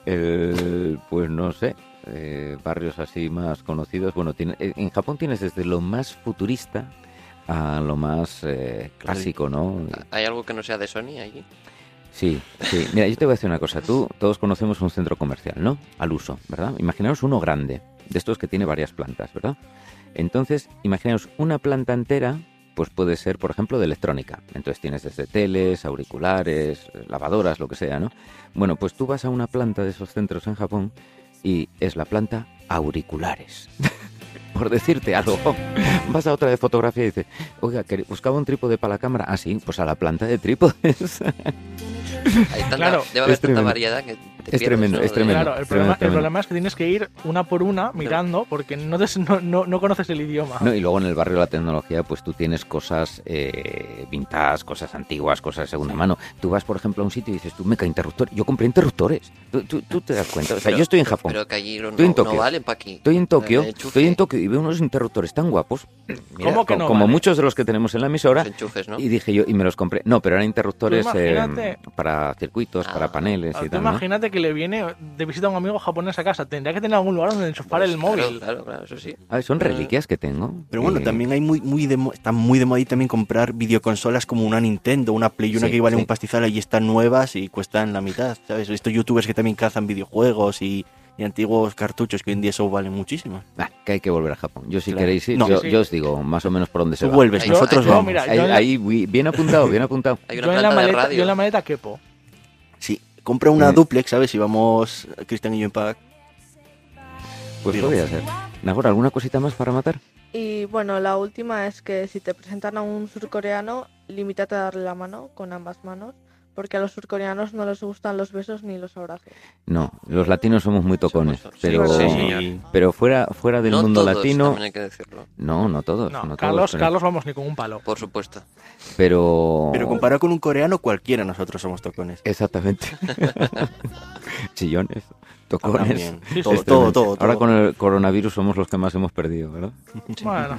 S1: Eh, pues no sé, eh, barrios así más conocidos. Bueno, tiene- eh, en Japón tienes desde lo más futurista a lo más eh, clásico, ¿no?
S9: ¿Hay algo que no sea de Sony allí?
S1: Sí, sí. Mira, yo te voy a decir una cosa. Tú, todos conocemos un centro comercial, ¿no? Al uso, ¿verdad? Imaginaos uno grande, de estos que tiene varias plantas, ¿verdad? Entonces, imaginaos una planta entera, pues puede ser, por ejemplo, de electrónica. Entonces tienes desde teles, auriculares, lavadoras, lo que sea, ¿no? Bueno, pues tú vas a una planta de esos centros en Japón y es la planta auriculares. Por decirte algo, vas a otra de fotografía y dices, oiga, que buscaba un trípode para la cámara. Ah, sí, pues a la planta de trípodes.
S9: Hay tanta-
S4: Claro,
S9: debe haber tanta
S1: es tremendo.
S9: variedad que te
S1: Es tremendo, es tremendo.
S4: Claro, el problema, el
S1: tremendo.
S4: problema es que tienes que ir una por una mirando porque no, te- no, no- no conoces el idioma.
S1: No, y luego en el barrio de la tecnología, pues tú tienes cosas eh, vintage, cosas antiguas, cosas de segunda mano. Tú vas, por ejemplo, a un sitio y dices, tú, meca, interruptor. Yo compré interruptores. Tú, tú- tú te das cuenta. O sea, yo estoy en Japón.
S9: Pero que allí no,
S1: Estoy en
S9: no- no
S1: Tokio.
S9: valen para aquí.
S1: Estoy en Tokio,
S9: Eh, enchufe,
S1: estoy en Tokio y veo unos interruptores tan guapos, mira,
S4: ¿Cómo que
S1: co-
S4: no
S1: como
S4: vale?
S1: muchos de los que tenemos en la emisora,
S9: los enchufes, ¿no?
S1: y dije yo, y me los compré. No, pero eran interruptores
S4: Tú
S1: eh,
S4: imagínate.
S1: para circuitos,
S9: Ah.
S1: para paneles y
S4: Tú
S1: tal. ¿no?
S4: imagínate que le viene de visita a un amigo japonés a casa. Tendría que tener algún lugar donde enchufar
S9: Pues
S4: el
S9: claro,
S4: móvil.
S9: Claro, claro, eso sí.
S1: Ah, son reliquias que tengo.
S5: Pero bueno,
S1: eh,
S5: también hay muy, muy de mo- está muy de moda ahí también comprar videoconsolas como una Nintendo, una Play y una
S1: Sí,
S5: que vale
S1: sí.
S5: un pastizal y están nuevas y cuestan la mitad, ¿sabes? Estos youtubers que también cazan videojuegos y, y antiguos cartuchos que hoy en día eso valen muchísimo.
S1: ah, que hay que volver a Japón. Yo si
S5: Claro.
S1: queréis ir,
S5: No.
S1: yo,
S4: Sí.
S1: yo os digo más o menos por dónde se
S5: Tú
S1: va.
S5: vuelves,
S9: Ahí-
S5: nosotros
S9: ahí-
S5: vamos.
S4: mira,
S1: Ahí,
S4: yo en la-
S1: ahí, uy, bien apuntado, bien apuntado.
S9: Hay una
S4: Yo en, la
S9: planta de
S4: maleta,
S9: radio.
S4: yo en la maleta quepo.
S5: Sí, compra una
S1: Eh.
S5: duplex, ¿sabes? Y vamos, Cristian y yo en pack.
S1: Pues
S5: Digo.
S1: podría ser. Nagora, ¿alguna cosita más para matar?
S10: Y bueno, la última es que si te presentan a un surcoreano, limítate a darle la mano con ambas manos, porque a los surcoreanos no les gustan los besos ni los abrazos.
S1: No, los latinos somos muy tocones,
S9: Somos- sí,
S1: pero,
S9: sí, señor.
S1: pero fuera, fuera del
S9: no
S1: mundo
S9: todos,
S1: latino...
S9: También hay que decirlo,
S1: No, no todos.
S4: No,
S1: No, todos,
S4: Carlos,
S1: pero,
S4: Carlos, vamos ni con un palo.
S9: por supuesto.
S1: pero-
S5: Pero comparado con un coreano, cualquiera nosotros somos tocones.
S1: Exactamente. Chillones, tocones.
S5: También.
S4: sí,
S5: Todo,
S1: Es
S5: todo,
S1: tremendo.
S5: todo,
S1: Ahora
S5: todo.
S1: con el coronavirus somos los que más hemos perdido, ¿verdad?
S4: Bueno,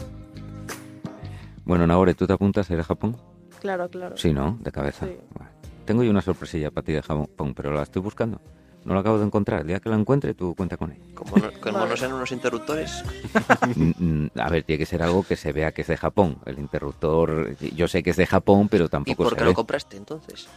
S1: Bueno, Nagore, ¿tú te apuntas a ir a Japón?
S10: Claro, claro.
S1: Sí, ¿no? De cabeza.
S10: Sí.
S1: Vale. Tengo yo una sorpresilla para ti de Japón, pero la estoy buscando. No la acabo de encontrar. El día que la encuentre, tú cuenta con ella.
S9: Como no, como
S10: Vale.
S9: no sean unos interruptores,
S1: Mm, mm, A ver, tiene que ser algo que se vea que es de Japón. El interruptor, yo sé que es de Japón, pero
S9: ¿y
S1: tampoco
S9: por
S1: se
S9: qué
S1: ve.
S9: lo compraste entonces?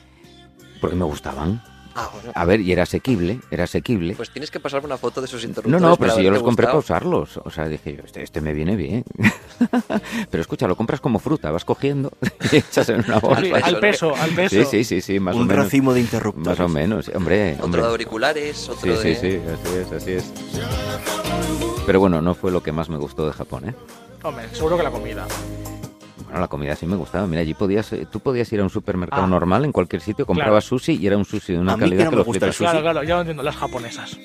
S1: Porque me gustaban.
S9: Ah, bueno.
S1: A ver, y era asequible, era asequible.
S9: Pues tienes que pasarme una foto de esos
S1: no,
S9: interruptores.
S1: no, pero
S9: para
S1: si yo
S9: verte
S1: los compré pues, para
S9: gustado.
S1: usarlos. O sea, dije yo, este, este me viene bien. pero escucha, lo compras como fruta, vas cogiendo y echas en una bolsa.
S4: Sí,
S9: Al
S4: al peso, al peso.
S1: Sí, sí, sí, sí, más o
S5: un
S1: menos.
S5: racimo de interruptores.
S1: Más o menos, hombre.
S9: Otro
S1: hombre.
S9: de auriculares,
S1: Sí,
S9: otro
S1: sí,
S9: de...
S1: sí, así es, así es. Pero bueno, no fue lo que más me gustó de Japón, ¿eh?
S4: Hombre, seguro que la comida.
S1: Bueno, la comida sí me gustaba. Mira, allí podías, eh, tú podías ir a un supermercado
S4: Ah.
S1: normal en cualquier sitio, comprabas sushi y era un sushi de una
S5: A mí que
S1: calidad
S5: no
S1: que,
S5: me
S1: lo
S5: gusta el
S1: flipas.
S4: Claro,
S5: sushi.
S4: claro, ya lo entiendo, las japonesas.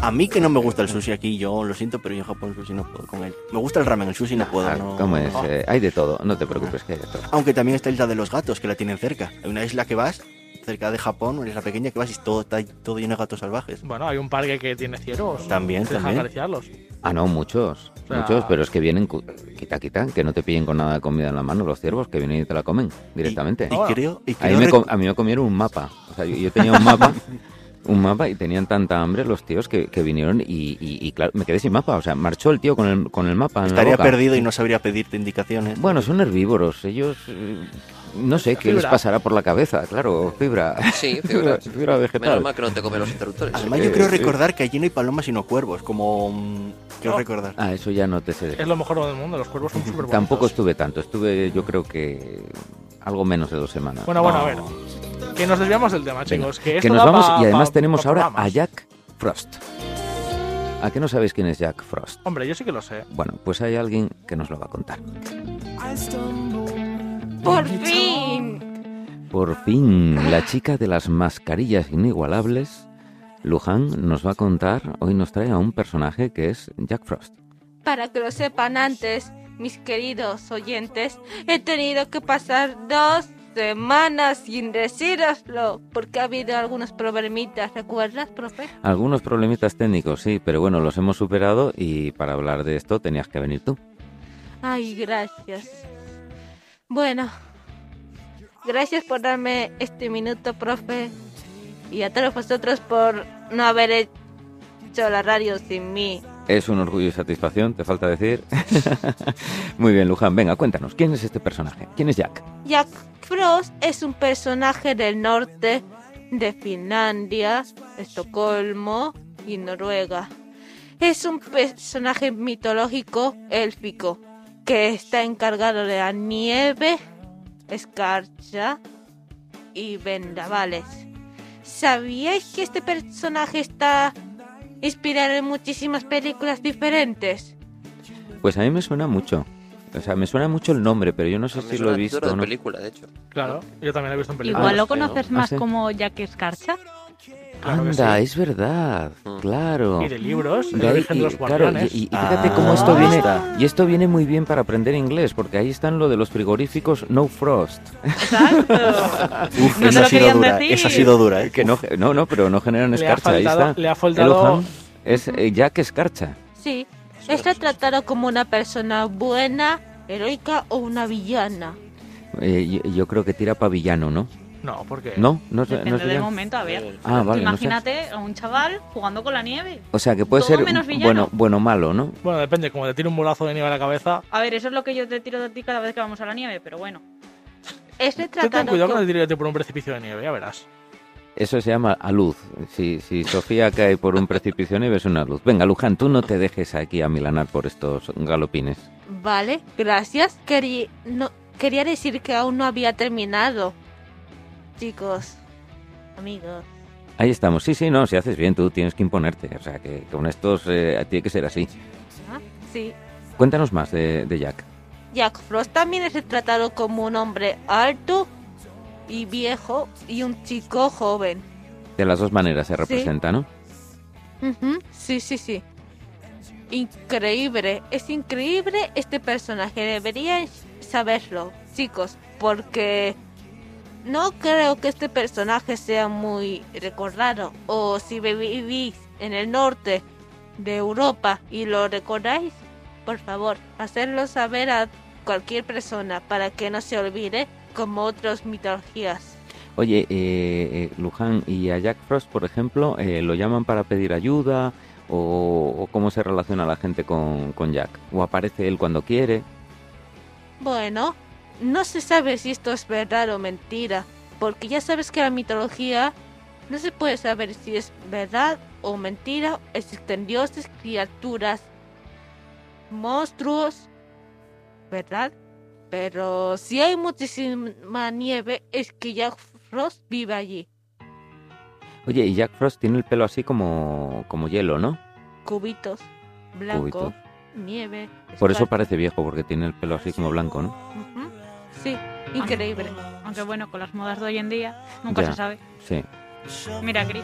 S5: A mí que no me gusta el sushi aquí, yo lo siento, pero yo en Japón el sushi no puedo con él. Me gusta el ramen, el sushi no puedo.
S1: Ah,
S5: no-
S1: ¿Cómo es?
S5: no.
S1: Eh, hay de todo, no te preocupes, que hay de todo.
S5: Aunque también está la isla de los gatos, que la tienen cerca. Hay una isla que vas, cerca de Japón, una isla pequeña que vas y todo está todo lleno de gatos salvajes.
S4: Bueno, hay un parque que tiene cielos.
S5: También,
S4: Te deja
S5: también.
S4: acariciarlos.
S1: Ah, no, muchos,
S4: sea-
S1: muchos, pero es que vienen, cu- quita, quita, que no te pillen con nada de comida en la mano los ciervos, que vienen y te la comen directamente.
S5: Y, y creo, y
S1: a, mí
S5: creo
S1: me
S5: rec-
S1: com- a mí me comieron un mapa, o sea, yo, yo tenía un mapa un mapa y tenían tanta hambre los tíos que, que vinieron y, y- y, claro, me quedé sin mapa. O sea, marchó el tío con el, con el mapa. en la
S5: Estaría
S1: boca.
S5: perdido y no sabría pedirte indicaciones.
S1: Bueno, son herbívoros. Ellos. eh, No sé qué les
S4: Fibra.
S1: pasará por la cabeza, claro. Fibra.
S9: Sí, fibra.
S1: fibra vegetal.
S9: Menos mal que no te comen los interruptores.
S5: Además,
S1: Eh,
S5: yo creo
S1: sí.
S5: recordar que allí no hay palomas sino cuervos, como. mm, Quiero
S4: No.
S11: Oh.
S5: recordar.
S1: Ah, eso ya no te sé.
S4: Es
S1: decir.
S4: lo mejor del mundo, los cuervos son súper
S1: Tampoco estuve tanto. Estuve, yo creo que. Algo menos de dos semanas.
S4: Bueno, bueno, a
S1: No.
S4: ver. Que nos desviamos del tema,
S1: Venga,
S4: chicos.
S1: que,
S4: Que, esto
S1: nos
S4: da
S1: vamos
S4: pa-
S1: y además
S4: pa-
S1: tenemos
S4: pa
S1: ahora a
S4: programas.
S1: Jack Frost. ¿A qué no sabéis quién es Jack Frost?
S4: Hombre, yo sí que lo sé.
S1: Bueno, pues hay alguien que nos lo va a contar.
S2: ¡Por fin!
S1: Por fin, la chica de las mascarillas inigualables, Luján, nos va a contar, hoy nos trae a un personaje que es Jack Frost.
S12: Para que lo sepan antes, mis queridos oyentes, he tenido que pasar dos semanas sin decíroslo, porque ha habido algunos problemitas, ¿recuerdas, profe?
S1: Algunos problemitas técnicos, sí, pero bueno, los hemos superado y para hablar de esto tenías que venir tú.
S12: Ay, gracias. Bueno, gracias por darme este minuto, profe, y a todos vosotros por no haber hecho la radio sin mí.
S1: Es un orgullo y satisfacción, te falta decir. Muy bien, Luján, venga, cuéntanos, ¿quién es este personaje? ¿Quién es Jack?
S12: Jack Frost es un personaje del norte de Finlandia, Estocolmo y Noruega. Es un personaje mitológico élfico que está encargado de la nieve, escarcha y vendavales. ¿Sabíais que este personaje está inspirado en muchísimas películas diferentes?
S1: Pues a mí me suena mucho. O sea, me suena mucho el nombre, pero yo no sé
S9: A mí
S1: si
S9: es
S1: lo he
S9: una
S1: visto.
S9: actora de
S1: o no.
S9: película, de hecho.
S4: Claro, yo también lo he visto en películas.
S1: Ah,
S11: Igual lo
S1: sí.
S11: conoces
S1: Ah,
S11: más
S1: sí.
S11: como Jack Escarcha.
S4: Claro que
S1: Anda,
S4: sí.
S1: es verdad,
S9: Mm.
S1: claro.
S4: Y de libros,
S1: De
S4: El
S1: ahí-
S4: origen de
S1: y-
S4: los
S1: claro, y,
S4: guardianes.
S1: y- y fíjate
S5: Ah,
S1: cómo esto
S5: ahí
S1: viene
S5: está.
S1: y esto viene muy bien para aprender inglés porque ahí están lo de los frigoríficos no frost
S11: Exacto.
S5: Uf,
S11: No te
S5: esa
S11: lo
S5: ha sido
S11: querían
S5: dura.
S11: decir.
S5: Esa ha sido dura, ¿eh?
S1: que no no no pero no generan
S4: Le ha
S1: escarcha ahí
S4: faltado-
S1: está
S4: le ha faltado-
S1: Elohim es eh, Jack escarcha
S12: Sí, está tratado como una persona buena, heroica o una villana.
S1: Eh, yo, yo creo que tira pavillano no
S4: No, porque.
S1: no no, es- no es
S11: Depende del
S1: villano.
S11: momento, a ver.
S1: ah vale no sé.
S11: Imagínate a un chaval jugando con la nieve.
S1: o sea que puede
S11: todo
S1: ser
S11: menos villano.
S1: bueno bueno malo no
S4: Bueno, depende, como te tira un bolazo de nieve a la cabeza.
S11: A ver, eso es lo que yo te tiro de ti cada vez que vamos a la nieve, pero bueno.
S12: Este
S4: Tú ten
S12: tratado
S4: cuidado
S12: co-
S4: cuando te tires por un precipicio de nieve, ya verás.
S1: eso se llama a luz si si Sofía cae por un precipicio de nieve es una luz venga Luján tú no te dejes aquí a milanar por estos galopines
S12: Vale, gracias. Quería, no, quería decir que aún no había terminado. Chicos, amigos.
S1: Ahí estamos. Sí, sí, no, si haces bien, tú tienes que imponerte. O sea, que con estos eh, tiene que ser así.
S12: ¿ah? Sí.
S1: Cuéntanos más de, de Jack.
S12: Jack Frost también es tratado como un hombre alto y viejo y un chico joven.
S1: De las dos maneras se representa, ¿no?
S12: Ujú, Sí, sí, sí. Increíble, es increíble este personaje, deberíais saberlo, chicos, porque no creo que este personaje sea muy recordado. O si vivís en el norte de Europa y lo recordáis, por favor, hacedlo saber a cualquier persona para que no se olvide como otras mitologías.
S1: Oye, eh, eh, Luján y a Jack Frost, por ejemplo, eh, ¿lo llaman para pedir ayuda? O, o cómo se relaciona la gente con, con Jack? ¿O aparece él cuando quiere?
S12: Bueno, no se sabe si esto es verdad o mentira, porque ya sabes que la mitología no se puede saber si es verdad o mentira. Existen dioses, criaturas, monstruos, ¿verdad? Pero si hay muchísima nieve, es que Jack Frost vive allí.
S1: Oye, y Jack Frost tiene el pelo así como, como hielo, ¿no?
S12: Cubitos, blanco,
S1: Cubitos.
S12: nieve.
S1: Por eso
S12: escarcha.
S1: parece viejo, porque tiene el pelo así como blanco, ¿no?
S12: Ujú. Sí, increíble.
S11: Aunque bueno, con las modas de hoy en día, nunca
S1: Ya.
S11: se sabe.
S1: Sí.
S11: Mira, Chris.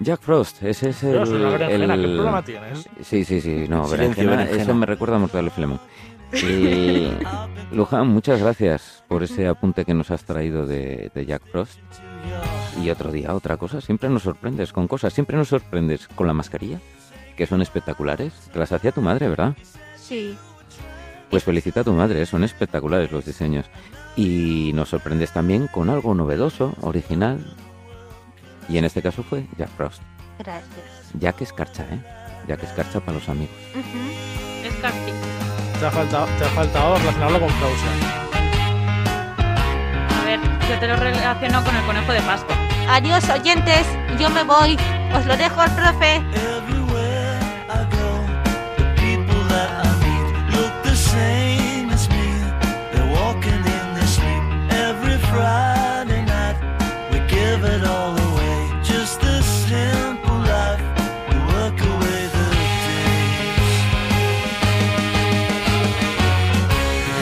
S1: Jack Frost, ese es el...
S4: Pero es una berenjena,
S1: el-
S4: ¿qué problema tienes?
S1: Sí, sí, sí, no,
S5: Silencio,
S1: berenjena,
S5: berenjena.
S1: eso me recuerda a Mortadelo y Filemón. Eh, Luján, muchas gracias por ese apunte que nos has traído de, de Jack Frost. Y otro día, otra cosa, siempre nos sorprendes con cosas, siempre nos sorprendes con la mascarilla, que son espectaculares, que las hacía tu madre, ¿verdad?
S12: Sí.
S1: Pues felicita a tu madre, son espectaculares los diseños. Y nos sorprendes también con algo novedoso, original, Y en este caso fue Jack Frost.
S12: Gracias.
S1: Jack Escarcha, ¿eh? Jack Escarcha para los amigos.
S11: Es casi.
S4: Te ha faltado, te ha faltado relacionarlo con Frozen.
S11: A ver, yo te lo relaciono con el conejo de Pascua.
S12: Adiós oyentes, yo me voy. Os lo dejo al profe.
S13: people that I meet look the same as me. They're walking in their sleep every Friday night. We give it all away, just this simple life. We work away the days.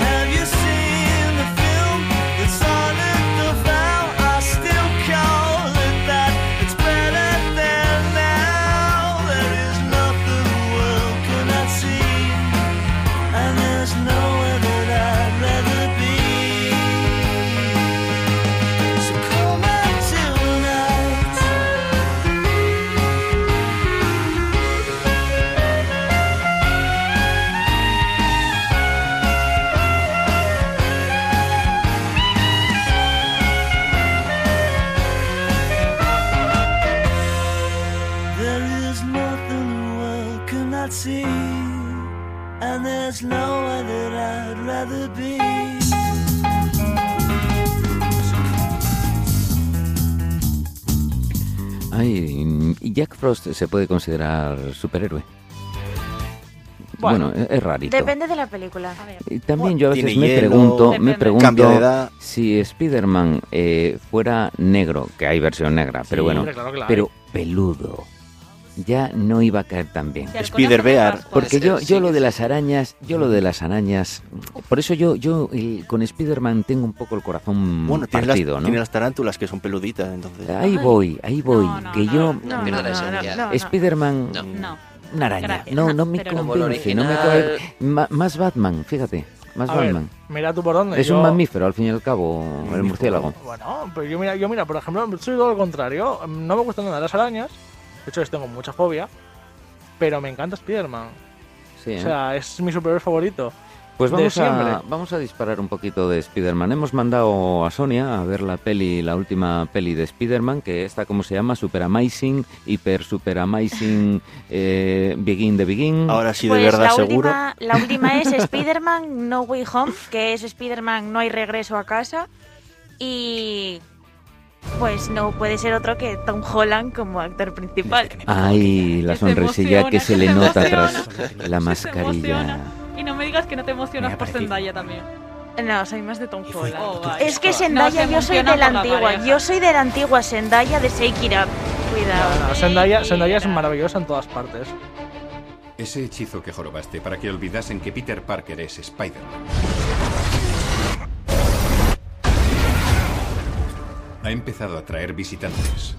S13: Have you seen the film? It's Silent the Vow. I still call it that. It's better than now. There is nothing the world cannot see, and there's nowhere that I'd rather be. So come back tonight. There is nothing the world cannot see, and there's nowhere that I'd rather be.
S1: Ay, ¿y Jack Frost se puede considerar superhéroe. Bueno,
S2: Bueno.
S1: es- es rarito.
S2: Depende de la película.
S1: Y También yo a veces
S5: Tiene
S1: me
S5: hielo,
S1: pregunto, me
S5: Depende.
S1: pregunto
S5: cambia de edad.
S1: si Spider-Man eh, fuera negro, que hay versión negra, pero bueno,
S5: hombre, claro que la
S1: pero peludo, ya no iba a caer tan bien.
S5: Sí, el Spider-Bear. conejo de Pascua.
S1: Porque
S5: Puede
S1: yo,
S5: ser,
S1: yo
S5: sí,
S1: lo de las arañas, yo lo de las arañas, por eso yo, yo eh, con Spider-Man tengo un poco el corazón
S5: Bueno, tiene las,
S1: Mm, partido, ¿no?
S5: tiene las tarántulas que son peluditas, entonces.
S1: Ahí voy, ahí voy, que yo...
S9: no, no, no, esencia. no, no.
S1: Spider-Man...
S5: mm,
S11: No.
S1: Una araña.
S11: Gracias.
S1: no, no me
S11: Pero
S1: convence,
S11: no.
S9: Como el
S1: no me
S9: original-
S1: cae- Ma- más Batman, fíjate, más
S4: A ver,
S1: Batman.
S4: mira tú por dónde.
S1: Es
S4: yo-
S1: un mamífero, al fin y al cabo, el murciélago.
S4: Bueno, pero yo mira, yo mira, por ejemplo, soy todo lo contrario. No me gustan nada las arañas. De hecho, les tengo mucha fobia. Pero me encanta Spider-Man.
S1: Sí, ¿eh?
S4: O sea, es mi superhéroe favorito.
S1: Pues
S4: de
S1: vamos a,
S4: siempre.
S1: vamos a disparar un poquito de Spider-Man. Hemos mandado a Sonia a ver la peli, la última peli de Spider-Man, que está, ¿cómo se llama? Super Amazing, Hiper Super Amazing, eh, Begin the Begin.
S5: Ahora sí,
S2: Pues la última, la última es Spider-Man No Way Home, que es Spider-Man No hay regreso a casa. Y pues no puede ser otro que Tom Holland como actor principal.
S1: Ay, la sonrisilla
S11: emociona,
S1: que se
S11: que
S1: le
S11: se
S1: nota
S11: emociona,
S1: tras la mascarilla.
S11: Y no me digas que no te emocionas por Zendaya también.
S2: No, soy más de Tom Holland.
S11: Oh, vale.
S2: Es que
S11: No,
S2: Zendaya
S11: se
S2: yo soy
S11: emociona
S2: de la
S11: por
S2: antigua.
S11: pareja.
S2: Yo soy de la antigua Zendaya de Shake It Up. Cuidado.
S4: No, Zendaya, Zendaya es maravillosa en todas partes.
S14: Ese hechizo que jorobaste para que olvidasen que Peter Parker es Spider-Man. Ha empezado a traer visitantes.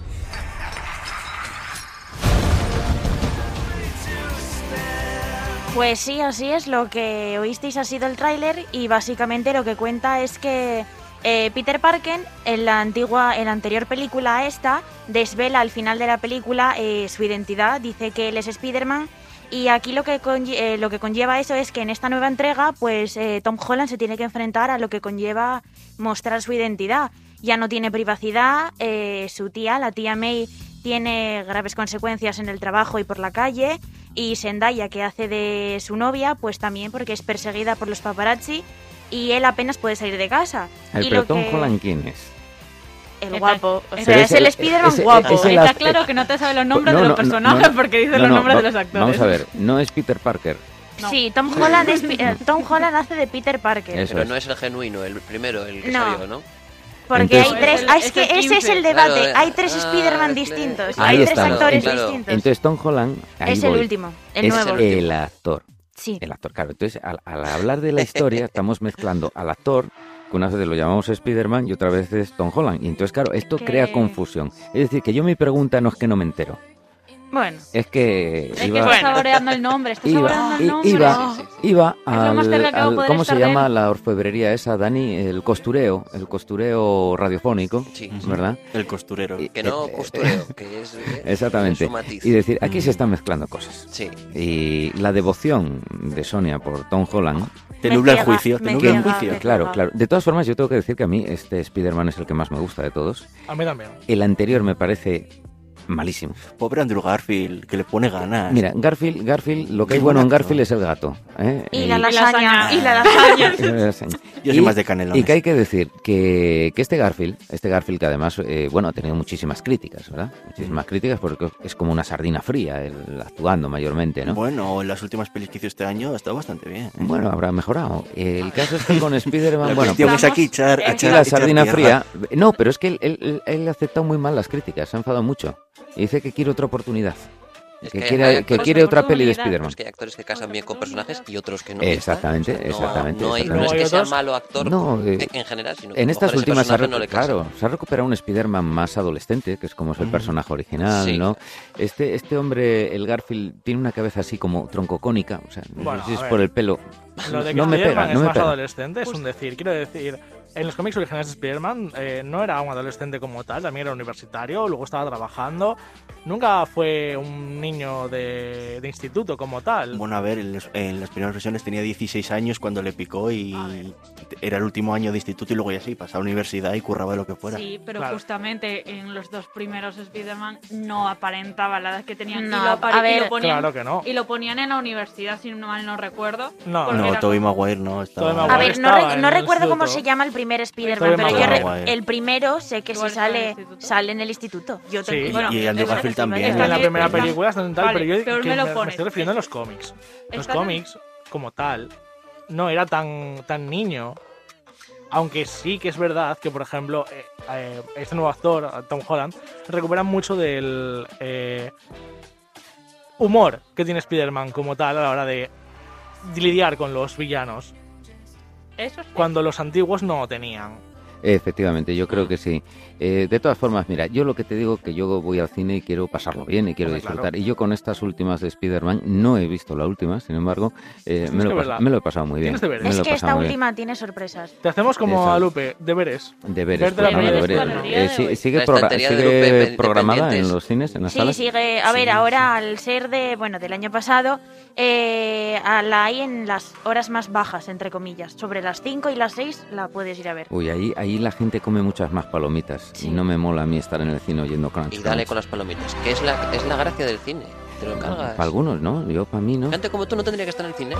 S2: Pues sí, así es. Lo que oísteis ha sido el tráiler y básicamente lo que cuenta es que eh, Peter Parker en la antigua, en la anterior película a esta, desvela al final de la película eh, su identidad. Dice que él es Spider-Man y aquí lo que, conlle- eh, lo que conlleva eso es que en esta nueva entrega, pues eh, Tom Holland se tiene que enfrentar a lo que conlleva mostrar su identidad. Ya no tiene privacidad, eh, su tía, la tía May, tiene graves consecuencias en el trabajo y por la calle. Y Zendaya, que hace de su novia, pues también porque es perseguida por los paparazzi y él apenas puede salir de casa.
S1: El
S2: y lo
S1: pelotón
S2: que-
S1: Holland, ¿quién es?
S2: El guapo. O
S1: Pero
S2: sea,
S1: es
S2: es el
S1: el-
S2: Spider-Man
S1: es- es-
S2: guapo.
S1: es el Está act-
S11: claro que no te sabe los nombres
S1: No,
S11: de
S1: no,
S11: los
S1: no,
S11: personajes
S1: no,
S11: porque dices
S1: no,
S11: los
S1: no,
S11: nombres
S1: va-
S11: de los actores.
S1: Vamos a ver, no es Peter Parker.
S2: Sí, Tom Holland, es, Pi- eh, Tom Holland hace de Peter Parker.
S1: Eso
S9: Pero
S1: es.
S9: no es el genuino, el primero, el que
S2: No.
S9: salió, ¿no?
S2: Porque
S1: Entonces- eh.
S2: hay tres.
S11: Es el-
S2: ah, es
S11: es
S2: que
S11: el
S2: ese es el
S11: 15.
S2: debate.
S9: Claro,
S2: hay tres
S9: ah,
S2: Spider-Man
S9: es que-
S2: distintos.
S1: este, Ahí
S2: hay tres
S1: estamos.
S2: actores
S1: Claro.
S2: distintos.
S1: Entonces Tom Holland ahí
S2: Es el
S1: voy.
S2: último, el
S1: es
S2: nuevo.
S1: el actor.
S2: Sí.
S1: El actor, claro. Entonces al, al hablar de la historia estamos mezclando al actor que unas veces lo llamamos Spider-Man y otra vez es Tom Holland. Y entonces, claro, esto
S2: Que-
S1: crea confusión. Es decir, que yo mi pregunta no es que no me entero.
S2: Bueno.
S1: Es que
S11: Es que
S1: iba,
S11: está saboreando el nombre, está
S1: iba,
S11: saboreando el
S1: i-
S11: nombre.
S1: iba, iba
S11: lo más
S1: al,
S11: cerca que va a
S1: al-
S11: poder
S1: ¿cómo se
S11: estar de
S1: llama
S11: él.
S1: la orfebrería esa, Dani? El costureo, el costureo radiofónico, ¿verdad?
S5: El costurero.
S9: Que
S1: Eh,
S9: no costureo, que es. eh,
S1: Exactamente.
S9: su matiz.
S1: Y decir, aquí se están mezclando cosas.
S9: Sí.
S1: Y la devoción de Sonia por Tom Holland.
S5: Te nubla el juicio, te nubla el juicio.
S1: Claro, claro. De todas formas, yo tengo que decir que a mí este Spider-Man es el que más me gusta de todos.
S4: A mí también.
S1: El anterior me parece malísimo.
S5: Pobre Andrew Garfield, que le pone ganas.
S1: Mira, Garfield, Garfield, lo
S5: Ah.
S1: que
S5: Qué
S1: es bueno en
S5: buenazo.
S1: Garfield es el gato. ¿eh?
S2: Y
S1: El-
S2: la lasaña. Ah,
S5: Ah,
S2: Y la
S1: Y la
S2: lasaña.
S1: lasaña.
S5: Yo soy
S1: Y-
S5: más de canelones.
S1: Eh, Y que hay que decir que, que este Garfield, este Garfield que además, eh, bueno, ha tenido muchísimas críticas, ¿verdad? Muchísimas
S5: Mm.
S1: críticas porque es como una sardina fría, el- actuando mayormente, ¿no?
S5: Bueno, en las últimas pelis que hizo este año ha estado bastante bien.
S1: Bueno, habrá mejorado. El caso es que con Spider-Man,
S5: La
S1: bueno,
S5: cuestión
S2: pues
S5: es aquí echar-
S1: aquí
S5: echar-
S1: la
S5: echar
S1: sardina
S5: tierra.
S1: fría. No, pero es que él, él- él ha aceptado muy mal las críticas, se ha enfadado mucho. Y dice que quiere otra oportunidad. que,
S9: hay- hay
S1: quiere, que
S9: actores-
S1: quiere otra peli de Spider-Man.
S9: Es pues que hay actores que casan bien con personajes y otros que no.
S1: Exactamente,
S9: O sea, no-
S1: exactamente.
S9: No, hay- no
S1: exactamente.
S9: es que sea malo actor
S1: No, eh,
S9: en general, sino que
S1: en
S9: a lo
S1: estas
S9: mejor ese
S1: últimas se ha,
S9: personaje no
S1: recu-
S9: le casa.
S1: claro, se ha recuperado un Spider-Man más adolescente, que es como es el
S9: Mm.
S1: personaje original,
S9: Sí.
S1: ¿no? Este, este hombre, el Garfield, tiene una cabeza así como troncocónica, o sea, no
S4: Bueno,
S1: sé si
S4: a
S1: es
S4: ver.
S1: por el pelo.
S4: Lo de que
S1: No me
S4: Spider-Man
S1: pega, no
S4: es
S1: me
S4: más
S1: pega.
S4: adolescente es un decir. Quiero decir, en los cómics originales de Spider-Man eh, no era un adolescente como tal, también era universitario, luego estaba trabajando. Nunca fue un niño de, de instituto como tal.
S5: Bueno, a ver, en, los- en las primeras versiones tenía 16 años cuando le picó y era el último año de instituto y luego ya sí, pasaba a universidad y curraba lo que fuera.
S11: Sí, pero
S5: Claro.
S11: justamente en los dos primeros Spider-Man no aparentaba la edad que tenían.
S2: No,
S11: y lo apare-
S2: a ver-
S11: y lo ponían,
S5: Claro que no.
S11: Y lo ponían en la universidad, si mal no recuerdo.
S5: No,
S11: porque
S5: no
S11: era
S5: Tobey Maguire no estaba.
S4: Tobey
S2: A ver, no,
S4: estaba
S2: re-
S4: en
S2: no
S4: el
S2: recuerdo cómo
S4: instituto.
S2: se llama el primer Spider-Man,
S5: Tobey
S2: pero yo
S5: Maguire.
S2: re- el primero sé que se sale, sale en el instituto. Yo tengo-
S4: Sí,
S2: bueno,
S5: y Andrew
S2: es-
S5: Garfield también.
S4: En la
S5: Está-
S4: primera
S5: está-
S4: película está en tal,
S11: Vale,
S4: pero yo
S11: peor
S4: que
S11: me lo
S4: me, me
S11: pones.
S4: estoy refiriendo a los cómics. Los
S11: Está en-
S4: cómics, como tal, no era tan, tan niño. Aunque sí que es verdad que, por ejemplo, eh, eh, este nuevo actor, Tom Holland, recupera mucho del eh, humor que tiene Spider-Man como tal a la hora de lidiar con los villanos.
S11: Eso
S4: Cuando los antiguos no lo tenían.
S1: Efectivamente, yo creo que sí. Eh, de todas formas, mira, yo lo que te digo que yo voy al cine y quiero pasarlo bien y quiero
S4: Hombre,
S1: disfrutar.
S4: claro.
S1: Y yo con estas últimas de Spider-Man no he visto la última, sin embargo, eh,
S4: Tienes
S1: me, lo
S4: que
S1: he pas-
S4: verla.
S1: me lo he pasado muy bien.
S4: Tienes que verla.
S1: Me
S2: es
S1: lo he
S2: que
S1: pasado
S2: esta
S1: muy bien.
S2: última tiene sorpresas.
S4: Te hacemos como
S1: Exacto.
S4: a Lupe, deberes.
S1: Deberes,
S4: Verte la
S1: programa,
S4: película.
S1: deberes.
S4: Para el
S1: Eh,
S4: día de
S1: sí-
S4: hoy.
S1: sigue
S9: La
S1: progra-
S9: estantería de
S1: sigue
S9: Lupe pen-
S1: programada en
S9: pendientes.
S1: los cines, en las
S2: Sí,
S1: salas.
S2: sigue. A ver, ahora al ser de, bueno, del año pasado, eh, a la hay en las horas más bajas, entre comillas. Sobre las 5 y las 6 la puedes ir a ver.
S1: Uy, ahí, ahí la gente come muchas más palomitas
S2: Sí.
S1: y no me mola a mí estar en el cine oyendo crunch.
S9: Y dale
S1: crunch.
S9: con las palomitas, que es la, es la gracia del cine. Te lo cargas.
S1: Para algunos, ¿no? Yo para mí no.
S9: Gente como tú no tendría que estar en el cine.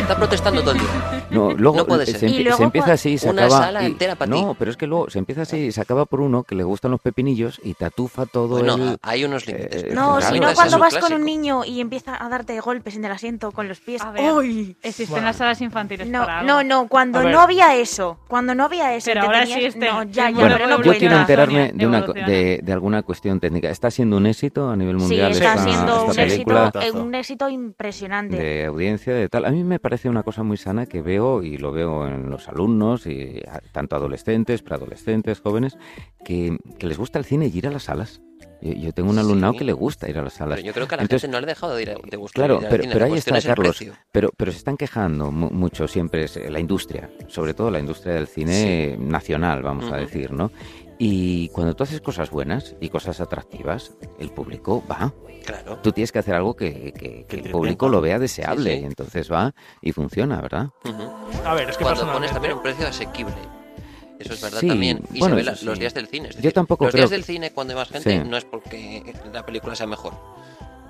S9: Está protestando todo el día.
S1: No, luego
S9: No puede
S1: se,
S9: ser.
S1: empie-
S9: Y
S1: se
S9: luego
S1: empieza
S9: cua-
S1: así y se
S9: una
S1: acaba.
S9: sala
S1: y-
S9: entera pa'
S1: no,
S9: ti.
S1: pero es que luego se empieza así y se acaba por uno que le gustan los pepinillos y tatufa todo
S9: Bueno,
S1: el.
S9: Pues hay unos límites.
S1: Eh,
S2: No,
S1: claro.
S2: si no,
S1: Ese
S2: cuando
S1: es un
S2: vas con
S1: clásico.
S2: un niño y empieza a darte golpes en el asiento con los pies.
S11: ver,
S2: ¡Uy!
S11: existen Bueno. las salas infantiles
S2: No,
S11: para algo.
S2: no, no,
S11: A
S2: cuando
S11: ver.
S2: no había eso. Cuando no había eso.
S11: Pero
S2: te
S11: ahora
S2: tenías-
S11: existe.
S2: No, ya, ya,
S1: Bueno,
S2: pero no
S1: yo quiero
S2: cuenta.
S1: enterarme de, una, co-
S2: Evoluciona.
S1: de, de alguna cuestión técnica. ¿Está siendo un éxito a nivel
S2: Sí,
S1: mundial
S2: está
S1: esta,
S2: siendo
S1: esta
S2: un
S1: película?
S2: éxito, eh, un éxito impresionante.
S1: de audiencia, de tal. A mí me parece una cosa muy sana que veo y lo veo en los alumnos, y a- tanto adolescentes, preadolescentes, jóvenes, que, que les gusta el cine y ir a las salas. Yo, yo tengo un alumnado que le gusta ir a las salas.
S9: Pero yo creo que a la
S1: Entonces,
S9: gente no le ha dejado de, ir a- de gustar.
S1: Claro,
S9: ir al
S1: pero,
S9: cine.
S1: pero
S9: La
S1: ahí
S9: cuestión
S1: está,
S9: es el
S1: Carlos.
S9: precio.
S1: Pero, pero se están quejando mu- mucho siempre es, eh, la industria, sobre todo la industria del cine nacional, vamos
S9: Ujú.
S1: a decir, ¿no? Y cuando tú haces cosas buenas y cosas atractivas, el público va.
S9: Claro.
S1: Tú tienes que hacer algo que, que- que el
S9: te
S1: público
S9: venga.
S1: lo vea deseable
S9: Sí, sí.
S1: y entonces va y funciona, ¿verdad?
S9: Ujú.
S4: A ver, es que
S9: Cuando
S4: personalmente-
S9: pones también un precio asequible. Eso es verdad
S1: Sí,
S9: también. Y
S1: bueno,
S9: se ve
S1: eso
S9: la-
S1: sí.
S9: los días del cine. es
S1: Yo
S9: decir,
S1: tampoco
S9: Los
S1: creo
S9: días
S1: que-
S9: del cine, cuando hay más gente,
S1: Sí.
S9: no es porque la película sea mejor.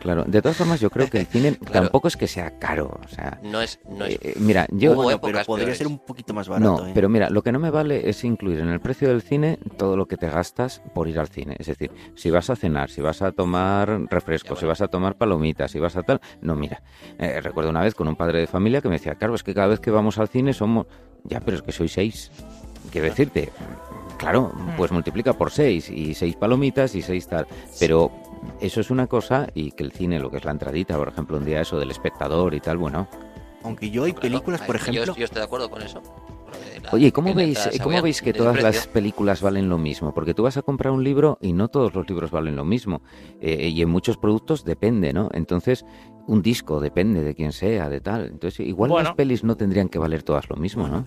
S1: Claro, de todas formas yo creo que el cine tampoco es que sea caro, o sea,
S9: No es. No es...
S1: Eh, eh, mira, yo- Hubo
S5: Bueno,
S1: épocas
S5: pero podría
S9: peores.
S5: ser un poquito más barato.
S1: no,
S5: ¿eh?
S1: pero mira, lo que no me vale es incluir en el precio del cine todo lo que te gastas por ir al cine. Es decir, si vas a cenar, si vas a tomar refresco, si vas a tomar palomitas, si vas a tal... No, mira, eh, recuerdo una vez con un padre de familia que me decía, claro, es que cada vez que vamos al cine somos... Ya, pero es que soy seis. Quiero decirte, claro, pues multiplica por seis y seis palomitas y seis tal. Pero eso es una cosa y que el cine, lo que es la entradita, por ejemplo, un día eso del espectador y tal, bueno...
S5: Aunque yo hay películas, por
S9: Yo-
S5: ejemplo.
S9: Yo, estoy de acuerdo con eso. Lo de la-
S1: Oye, ¿y ¿cómo
S9: que la
S1: veis,
S9: entrada sea
S1: ¿cómo
S9: buena,
S1: veis que
S9: del
S1: todas
S9: precio.
S1: las películas valen lo mismo? Porque tú vas a comprar un libro y no todos los libros valen lo mismo. Eh, y en muchos productos depende, ¿no? Entonces, un disco depende de quién sea, de tal. Entonces, igual
S4: Bueno.
S1: las pelis no tendrían que valer todas lo mismo, ¿no?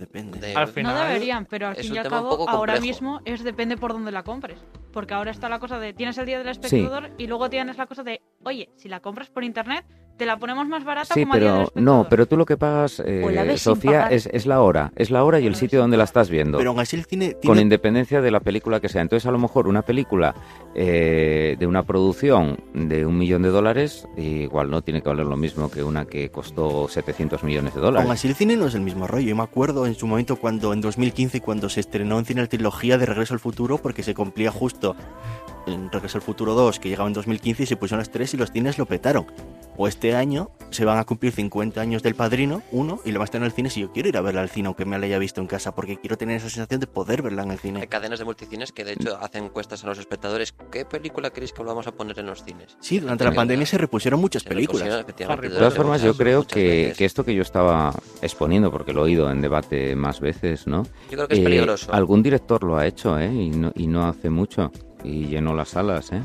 S4: Al final,
S11: No deberían, pero al
S9: es
S11: fin
S9: un
S11: y al
S9: tema un
S11: cabo,
S9: poco
S11: ahora
S9: complejo.
S11: mismo es depende por dónde la compres. Porque ahora está la cosa de tienes el día del espectador y luego tienes la cosa de oye, si la compras por internet, te la ponemos más barata
S1: Sí,
S11: como a día de
S1: pero
S11: los
S1: no, pero tú lo que pagas, eh,
S11: O la ves sin
S1: Sofía,
S11: pagar.
S1: es, es la hora, es la hora y el sitio donde la estás viendo.
S5: Pero aún así el cine tiene-
S1: Con independencia de la película que sea. Entonces, a lo mejor una película eh, de una producción de un millón de dólares, igual no tiene que valer lo mismo que una que costó 700 millones de dólares.
S5: Aún así, el cine no es el mismo rollo. Yo me acuerdo en su momento cuando, en 2015, cuando se estrenó en cine la trilogía de Regreso al Futuro, porque se cumplía justo en Regreso al Futuro 2, que llegaba en 2015 y se pusieron las tres y los cines lo petaron. O este año se van a cumplir 50 años del Padrino, uno, y lo van a estrenar en el cine si yo quiero ir a verla al cine, aunque me la haya visto en casa, porque quiero tener esa sensación de poder verla en el
S9: Hay
S5: cine.
S9: cadenas de multicines que de hecho hacen encuestas a los espectadores. ¿Qué película queréis que volvamos a poner en los cines?
S5: Sí, durante la pandemia se repusieron muchas
S9: Se repusieron,
S5: películas.
S9: efectivamente,
S1: De todas
S9: durante
S1: formas, yo
S9: muchas-
S1: creo
S9: muchas
S1: que,
S9: veces.
S1: que esto que yo estaba exponiendo, porque lo he oído en debate más veces, ¿no? Eh,
S9: Yo creo que es peligroso.
S1: Algún director lo ha hecho, ¿eh? Y no, y no hace mucho. Y llenó las salas, ¿eh?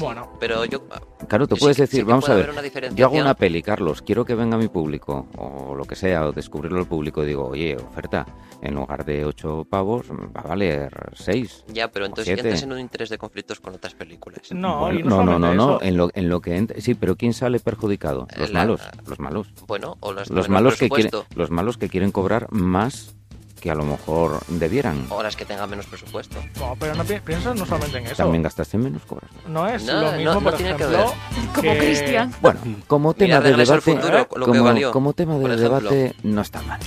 S4: Bueno.
S9: Pero yo.
S1: Claro, tú
S9: sí
S1: puedes
S9: que-
S1: decir,
S9: sí que
S1: vamos a
S9: puede
S1: ver,
S9: haber una
S1: yo hago
S9: diferenciación.
S1: una peli, Carlos, quiero que venga mi público, o lo que sea, o descubrirlo al público, digo, oye, oferta, en lugar de ocho pavos, mm, va a valer seis.
S9: Ya, pero
S1: o
S9: entonces
S1: siete.
S9: entras en un interés de conflictos con otras películas.
S1: Bueno, no, no, no, no, en lo, en lo que ent- sí, pero ¿quién sale perjudicado? Los
S9: La-
S1: malos, los malos.
S9: Bueno, o las de
S1: los
S9: menor
S1: malos que quieren,
S9: presupuesto.
S1: los malos que quieren cobrar más que a lo mejor debieran.
S9: O las que tengan menos presupuesto.
S4: No, Oh, pero no pi- piensas no solamente en eso.
S1: También gastaste menos cobras.
S4: No es
S9: No,
S4: lo
S9: no,
S4: mismo,
S9: no
S4: por
S9: tiene que
S4: ejemplo,
S9: ver.
S4: que-
S9: Como Cristian.
S1: Bueno, como
S9: Mira,
S1: tema de
S9: Regreso al
S1: debate,
S9: Futuro, lo que
S1: como,
S9: valió,
S1: como tema
S9: por
S1: de
S9: ejemplo.
S1: debate no está mal.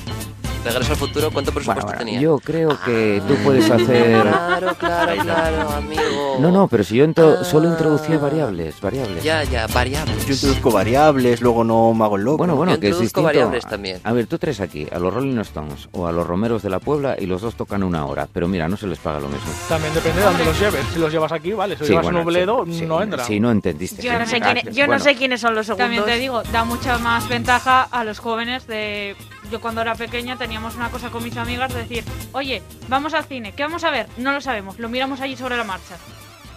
S9: Regreso al futuro, ¿cuánto presupuesto
S1: Bueno,
S9: tenía? Ah.
S1: yo creo que tú puedes hacer.
S9: Claro, claro, claro, amigo.
S1: No, no, pero si yo intro- solo introducía variables, variables.
S9: Ah. Ya, ya, variable.
S5: Yo introduzco variables, luego no me hago el loco.
S1: Bueno, bueno, que es distinto.
S9: variables también.
S1: A ver, tú traes aquí a los Rolling Stones o a los Romeros de la Puebla y los dos tocan una hora, pero mira, no se les paga lo mismo.
S4: También depende de dónde los lleves. Si los llevas aquí, vale. Si los
S1: Sí,
S4: llevas
S1: bueno,
S4: en Obledo, no entra.
S1: Si no entendiste.
S4: Yo no sé
S1: Ah,
S4: quién-
S1: que-
S4: yo no
S1: bueno.
S4: sé
S2: quiénes son los
S11: También
S2: segundos.
S11: te digo, da mucha más ventaja a los jóvenes de... Yo cuando era pequeña teníamos una cosa con mis amigas de decir, oye, vamos al cine, ¿qué vamos a ver? No lo sabemos, lo miramos allí sobre la marcha.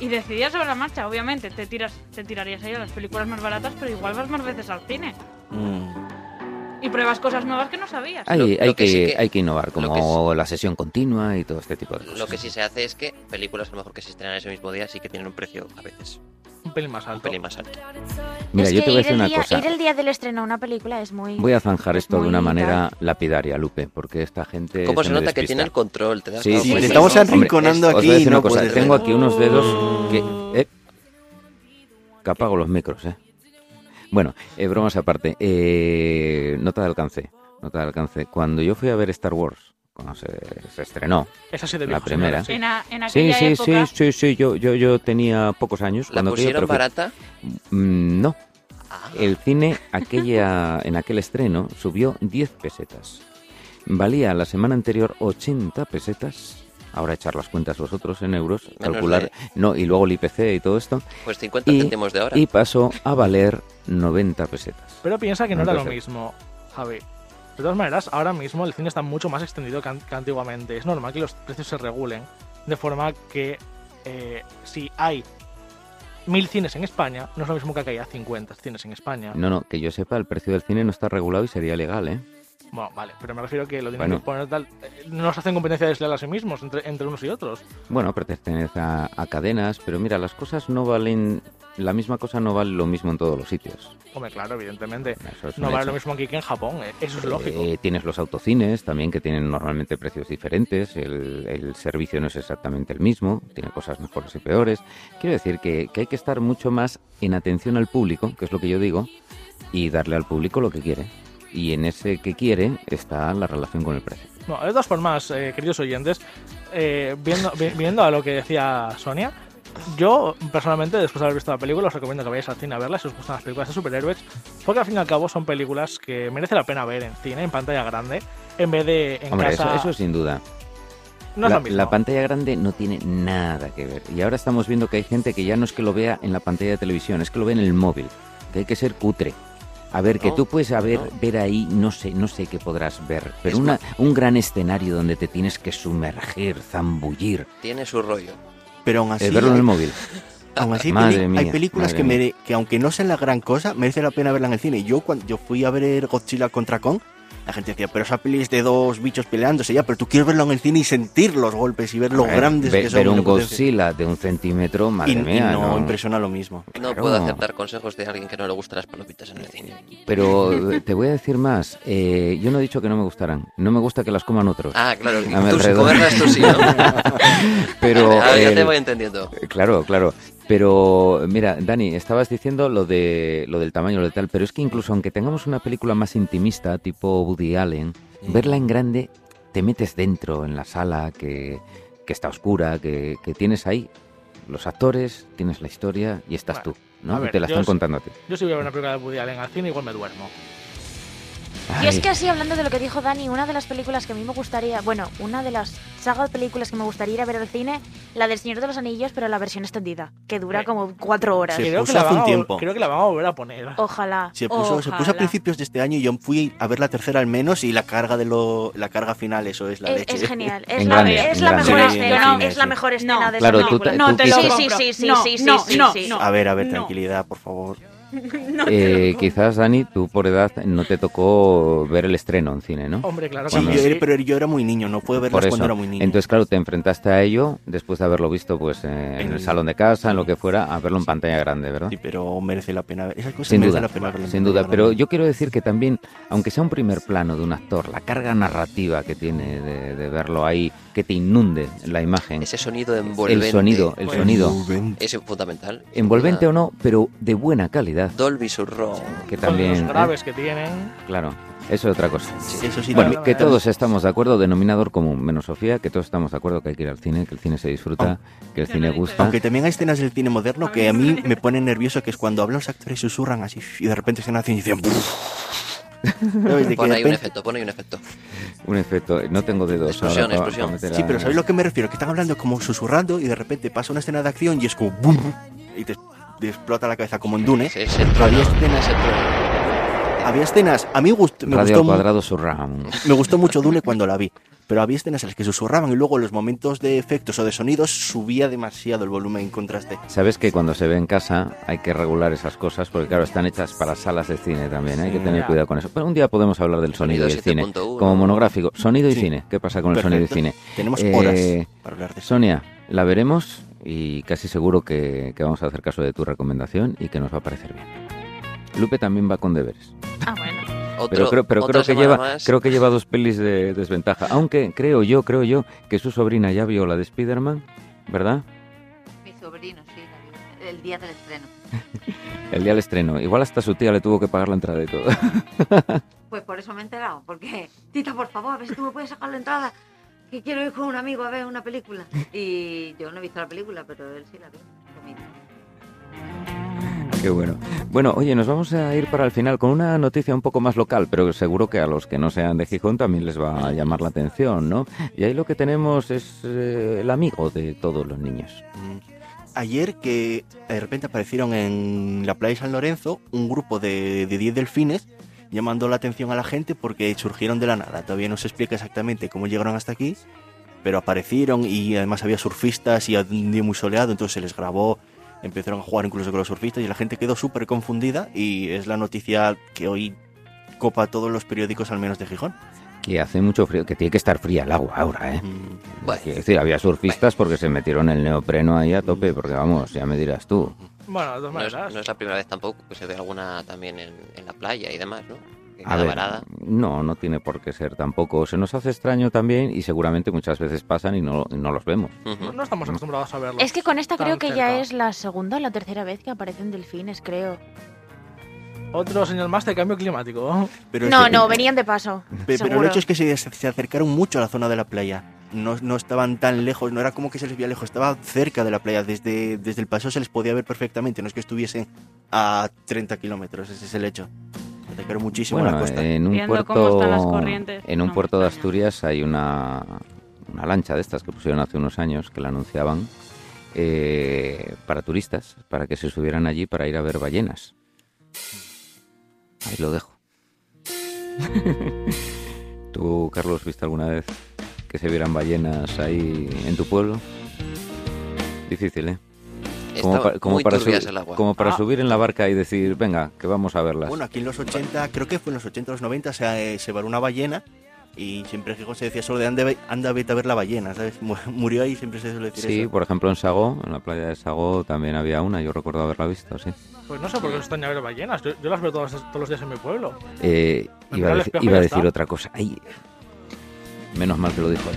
S11: Y decidías sobre la marcha, obviamente, te tiras, te tirarías ahí a las películas más baratas, pero igual vas más veces al cine.
S5: Mm.
S11: Y pruebas cosas nuevas que no sabías.
S1: Hay,
S9: Lo-
S1: hay
S9: lo
S1: que,
S9: que sí que-
S1: hay que innovar,
S9: lo
S1: como
S9: que
S1: la sesión continua y todo este tipo de cosas.
S9: Lo que sí se hace es que películas a lo mejor que se estrenan ese mismo día sí que tienen un precio a veces
S4: Un pelín más
S1: Oh,
S9: un
S4: alto.
S9: pelín más alto.
S1: Mira,
S2: Es
S1: yo
S2: que
S1: te voy a
S2: ir
S1: decir
S2: el
S1: una
S2: día-
S1: cosa.
S2: Ir el día del estreno a una película es muy...
S1: Voy a zanjar esto de una
S2: muy
S1: manera
S2: tal.
S1: lapidaria, Lupe, porque esta gente.
S9: ¿Cómo se
S1: me
S9: nota que
S1: despista.
S9: tiene el control? ¿Te das
S1: Sí,
S9: cuenta?
S1: sí,
S9: Pues
S1: sí.
S9: estamos
S1: Hombre,
S9: arrinconando
S1: os voy a
S9: aquí,
S1: decir una
S9: no
S1: cosa,
S9: puede
S1: Tengo
S9: ser.
S1: aquí unos dedos que. eh, que apago los micros, ¿eh? Bueno, eh, bromas aparte. eh, nota de alcance. Nota de alcance. Cuando yo fui a ver Star Wars, cuando se, se estrenó.
S4: Esa sí de
S1: La
S4: viejos,
S1: primera.
S4: señora,
S11: En, a- en
S1: Sí,
S11: aquella
S1: sí,
S11: época...
S1: sí, sí, sí, yo, yo, yo tenía pocos años.
S9: ¿La
S1: cuando aquello,
S9: pusieron
S1: pero fui-
S9: barata?
S1: Mm, No. El cine aquella, en aquel estreno subió 10 pesetas. Valía la semana anterior 80 pesetas. Ahora echar las cuentas vosotros en euros,
S9: Menos
S1: calcular.
S9: de-
S1: No, y luego el IPC y todo esto.
S9: Pues 50 céntimos de ahora.
S1: Y pasó a valer 90 pesetas.
S4: Pero piensa que no era lo
S1: Entonces-
S4: mismo, Javi. De todas maneras, ahora mismo el cine está mucho más extendido que, an- que antiguamente. Es normal que los precios se regulen. De forma que eh, si hay mil cines en España, no es lo mismo que que haya 50 cines en España.
S1: No, no, que yo sepa, el precio del cine no está regulado y sería legal, ¿eh?
S4: Bueno, vale, pero me refiero que lo tienen
S1: Bueno.
S4: que poner tal. eh, No se hacen competencia desleal a sí mismos entre, entre unos y otros.
S1: Bueno, pertenece a, a cadenas, pero mira, las cosas no valen. La misma cosa no vale lo mismo en todos los sitios.
S4: Hombre, claro, evidentemente.
S1: Eso es un
S4: No vale
S1: hecho.
S4: lo mismo aquí que en Japón. eh, Eso es lógico.
S1: Eh, tienes los autocines también que tienen normalmente precios diferentes, el, el servicio no es exactamente el mismo, tiene cosas mejores y peores. Quiero decir que, que hay que estar mucho más en atención al público, que es lo que yo digo, y darle al público lo que quiere. Y en ese que quiere está la relación con el precio.
S4: No, de todas formas, eh, queridos oyentes, eh, viendo, vi- viendo a lo que decía Sonia, yo personalmente, después de haber visto la película, os recomiendo que vayáis al cine a verla si os gustan las películas de superhéroes, porque al fin y al cabo son películas que merece la pena ver en cine, en pantalla grande, en vez de en
S1: Hombre,
S4: casa.
S1: eso, eso sin duda.
S4: No es
S1: la,
S4: lo mismo.
S1: la pantalla grande no tiene nada que ver. Y ahora estamos viendo que hay gente que ya no es que lo vea en la pantalla de televisión, es que lo ve en el móvil. Que hay que ser cutre. A ver, que
S9: No,
S1: tú puedes haber,
S9: no.
S1: ver ahí, no sé, no sé qué podrás ver, pero
S9: Es
S1: una,
S9: más-
S1: un gran escenario donde te tienes que sumergir, zambullir,
S9: Tiene su rollo.
S5: Pero aún así.
S1: eh, verlo en el móvil.
S5: Aún así,
S1: Madre
S5: peli-
S1: mía,
S5: hay películas
S1: madre
S5: que,
S1: mía.
S5: mere- que aunque no sean la gran cosa, merece la pena verla en el cine. Yo cuando yo fui a ver Godzilla contra Kong, La gente decía, pero esa peli es de dos bichos peleándose ya, pero tú quieres verlo en el cine y sentir los golpes y ver lo
S1: A ver,
S5: grandes
S1: ve-
S5: que son.
S1: Ver
S5: y
S1: un
S5: lo potentes.
S1: Godzilla de un centímetro, madre
S5: Y- y
S1: mía.
S5: no, impresiona lo mismo.
S9: No
S1: Claro.
S9: puedo aceptar consejos de alguien que no le gustan las palomitas en el cine.
S1: Pero eh, te voy a decir más. eh, yo no he dicho que no me gustaran. No me gusta que las coman otros.
S9: Ah, claro,
S1: A mi
S9: tú sin
S1: alrededor.
S9: comerlas, tú sí, ¿no?
S1: Pero. eh,
S9: Ah, ya te voy entendiendo.
S1: Claro, claro. Pero mira, Dani, estabas diciendo lo de lo del tamaño, lo de tal, pero es que incluso aunque tengamos una película más intimista, tipo Woody Allen,
S4: Mm.
S1: verla en grande te metes dentro en la sala que, que está oscura, que, que tienes ahí los actores, tienes la historia y estás
S4: Bueno,
S1: tú, ¿no?
S4: a
S1: Y
S4: ver,
S1: te la
S4: yo
S1: están
S4: si-
S1: contando a ti.
S4: Yo si voy a ver una película de Woody Allen al cine, igual me duermo.
S2: Y es
S1: Ay.
S2: que así, hablando de lo que dijo Dani, una de las películas que a mí me gustaría, bueno, una de las sagas de películas que me gustaría ir a ver al cine, la del Señor de los Anillos, pero la versión extendida, que dura como cuatro horas.
S5: Se
S4: creo,
S5: puso
S4: que la
S5: hace
S4: van a
S5: un
S4: vol-
S5: tiempo.
S4: creo que la van a volver a poner.
S2: Ojalá.
S5: Se puso, se puso a
S2: Ah, Ojalá.
S5: principios de este año y yo fui a ver la tercera al menos y la carga de lo, la carga final, eso es la
S2: Es,
S5: leche.
S2: es genial, es
S1: En
S2: la,
S1: grande,
S2: es
S1: en
S2: la
S1: grande.
S2: mejor
S5: Sí,
S2: escena,
S5: en el
S2: es la
S5: cine,
S2: mejor escena de
S1: Claro,
S2: esa
S1: tú
S2: película.
S1: ta- No, tú te lo
S2: sí, sí,
S1: compro.
S2: sí, sí,
S11: No,
S2: sí, sí,
S11: no,
S2: sí,
S11: no,
S2: sí.
S11: no.
S5: A ver, a ver,
S11: No.
S5: tranquilidad, por favor.
S1: Eh, quizás, Dani, tú por edad no te tocó ver el estreno en cine, ¿no?
S4: Hombre, claro que
S5: Sí,
S4: no.
S5: yo era- pero yo era muy niño, no pude verlas
S1: Por
S5: cuando
S1: eso.
S5: era muy niño.
S1: Entonces, claro, te enfrentaste a ello después de haberlo visto pues eh, en el salón de casa, en lo que fuera, a verlo en pantalla grande, ¿verdad?
S5: Sí, pero merece la pena ver. Esas cosas
S1: Sin
S5: merece
S1: duda,
S5: la pena verlas.
S1: sin duda, pero yo quiero decir que también, aunque sea un primer plano de un actor, la carga narrativa que tiene de, de verlo ahí, que te inunde la imagen,
S9: Ese sonido envolvente.
S1: El sonido, el sonido.
S9: Es fundamental.
S1: envolvente o no, pero de buena calidad,
S9: Dolby Surround.
S1: que
S4: Con
S1: también...
S4: los
S1: ¿eh?
S4: graves que tienen.
S1: Claro, eso es otra cosa.
S5: Eso sí,
S1: Bueno,
S5: también-
S1: que todos estamos de acuerdo, denominador común, menos Sofía, que todos estamos de acuerdo que hay que ir al cine, que el cine se disfruta,
S4: Oh.
S1: que el cine gusta.
S5: Aunque también hay escenas del cine moderno que a mí me ponen nervioso, que es cuando hablan los actores y susurran así, y de repente se nacen y dicen... ¿Sabes? De que
S9: Pon
S5: de
S9: ahí un
S5: repente-
S9: efecto, pon ahí un efecto.
S1: Un efecto, no tengo dedos
S9: Explosión,
S1: ahora. pa-
S9: explosión.
S1: pa meter
S5: Sí,
S1: a-
S5: pero ¿sabéis lo que me refiero? Que están hablando como susurrando y de repente pasa una escena de acción y es como ¡bum! Y te, te explota la cabeza como en Dune.
S9: Ese es el
S5: Pero había,
S9: trueno,
S5: escenas,
S9: ese trueno.
S5: había escenas... A mí gust- me,
S1: Radio
S5: gustó,
S1: al
S5: mu-
S1: cuadrado surround.
S5: me gustó mucho Dune cuando la vi. Pero había escenas en las que susurraban y luego en los momentos de efectos o de sonidos subía demasiado el volumen en contraste.
S1: Sabes que cuando se ve en casa hay que regular esas cosas porque, claro, están hechas para salas de cine también. ¿eh? Hay que
S5: Sí,
S1: tener
S4: ya.
S1: cuidado con eso. Pero un día podemos hablar del sonido,
S9: Sonido
S1: y el cine
S9: 7.1.
S1: como monográfico. Sonido y
S5: Sí.
S1: cine. ¿Qué pasa con el
S5: Perfecto.
S1: sonido y cine?
S5: Tenemos
S1: Eh,
S5: horas para hablar de eso.
S1: Sonia, la veremos y casi seguro que, que vamos a hacer caso de tu recomendación y que nos va a parecer bien. Lupe también va con deberes.
S11: Ah, bueno.
S9: Otro-
S1: Pero creo, pero
S9: otra
S1: creo que
S9: semana
S1: lleva
S9: más.
S1: creo que lleva dos pelis de desventaja. Aunque creo yo, creo yo, que su sobrina ya vio la de Spider-Man, ¿verdad?
S6: Mi sobrino, sí, la- el día del estreno.
S1: El día del estreno. Igual hasta su tía le tuvo que pagar la entrada y todo.
S6: Pues por eso me he enterado, porque, tita, por favor, a ver si tú me puedes sacar la entrada, que quiero ir con un amigo a ver una película. Y yo no he visto la película, pero él sí la vio. conmigo.
S1: Qué bueno. Bueno, oye, nos vamos a ir para el final con una noticia un poco más local, pero seguro que a los que no sean de Gijón también les va a llamar la atención, ¿no? Y ahí lo que tenemos es eh, el amigo de todos los niños.
S5: Ayer que eh, de repente aparecieron en la playa de San Lorenzo un grupo de de 10 delfines llamando la atención a la gente porque surgieron de la nada. Todavía no se explica exactamente cómo llegaron hasta aquí, pero aparecieron y además había surfistas y había un día muy soleado, entonces se les grabó, empezaron a jugar incluso con los surfistas y la gente quedó súper confundida y es la noticia que hoy copa todos los periódicos al menos de Gijón.
S1: Que hace mucho frío, que tiene que estar fría el agua ahora, ¿eh?
S5: Mm,
S9: Bueno,
S1: Es decir, había surfistas porque se metieron el neopreno ahí a tope, porque vamos, ya me dirás tú.
S4: Bueno, de todas
S9: no es,
S4: maneras.
S9: no es la primera vez tampoco que se ve alguna también en, en la playa y demás, ¿no? En
S1: A
S9: la
S1: ver,
S9: varada.
S1: no, no tiene por qué ser tampoco. Se nos hace extraño también y seguramente muchas veces pasan y no, y no los vemos.
S9: Ujú.
S4: No
S1: Mm.
S4: estamos acostumbrados a verlo.
S2: Es que con esta
S4: tan
S2: creo que ya
S4: cerca.
S2: es la segunda o la tercera vez que aparecen delfines, creo.
S4: Otro señor más de cambio climático.
S5: pero es
S2: no,
S5: que-
S2: no, venían de paso.
S5: Pe- Pero el
S2: seguro.
S5: hecho es que se, se acercaron mucho a la zona de la playa. No, no estaban tan lejos, no era como que se les veía lejos, estaba cerca de la playa. Desde, desde el paseo se les podía ver perfectamente, no es que estuviesen a 30 kilómetros, ese es el hecho. Se acercaron muchísimo a la
S1: Bueno, eh,
S5: costa.
S1: en un
S11: Viendo cómo están las
S1: puerto,
S11: corrientes,
S1: en un
S11: no,
S1: puerto de
S11: extraña.
S1: Asturias hay una, una lancha de estas que pusieron hace unos años, que la anunciaban, eh, para turistas, para que se subieran allí para ir a ver ballenas. Ahí lo dejo. ¿Tú, Carlos, viste alguna vez que se vieran ballenas ahí en tu pueblo? Difícil, ¿eh? Como,
S9: Estaban
S1: pa- como
S9: muy
S1: para,
S9: turbias
S1: subi-
S9: el agua.
S1: como para
S5: Ah.
S1: subir en la barca y decir, venga, que vamos a verlas.
S5: Bueno, aquí en los 80, creo que fue en los 80 o los 90, se, eh, se varó una ballena y siempre que se decía solo de anda, ve- anda vete a ver la ballena, ¿sabes? Mu- Murió ahí, siempre se suele decir
S1: Sí,
S5: eso.
S1: por ejemplo, en Sagó, en la playa de Sagó también había una, yo recuerdo haberla visto, sí.
S4: Pues no sé por qué os extraña ver ballenas. Yo, yo las veo todos, todos los días en mi pueblo.
S1: Eh,
S4: Me
S1: iba
S4: mira
S1: a,
S4: al
S1: deci-
S4: espejo y
S1: iba a
S4: ya
S1: decir
S4: está.
S1: otra cosa. Ay, menos mal que lo dijo él.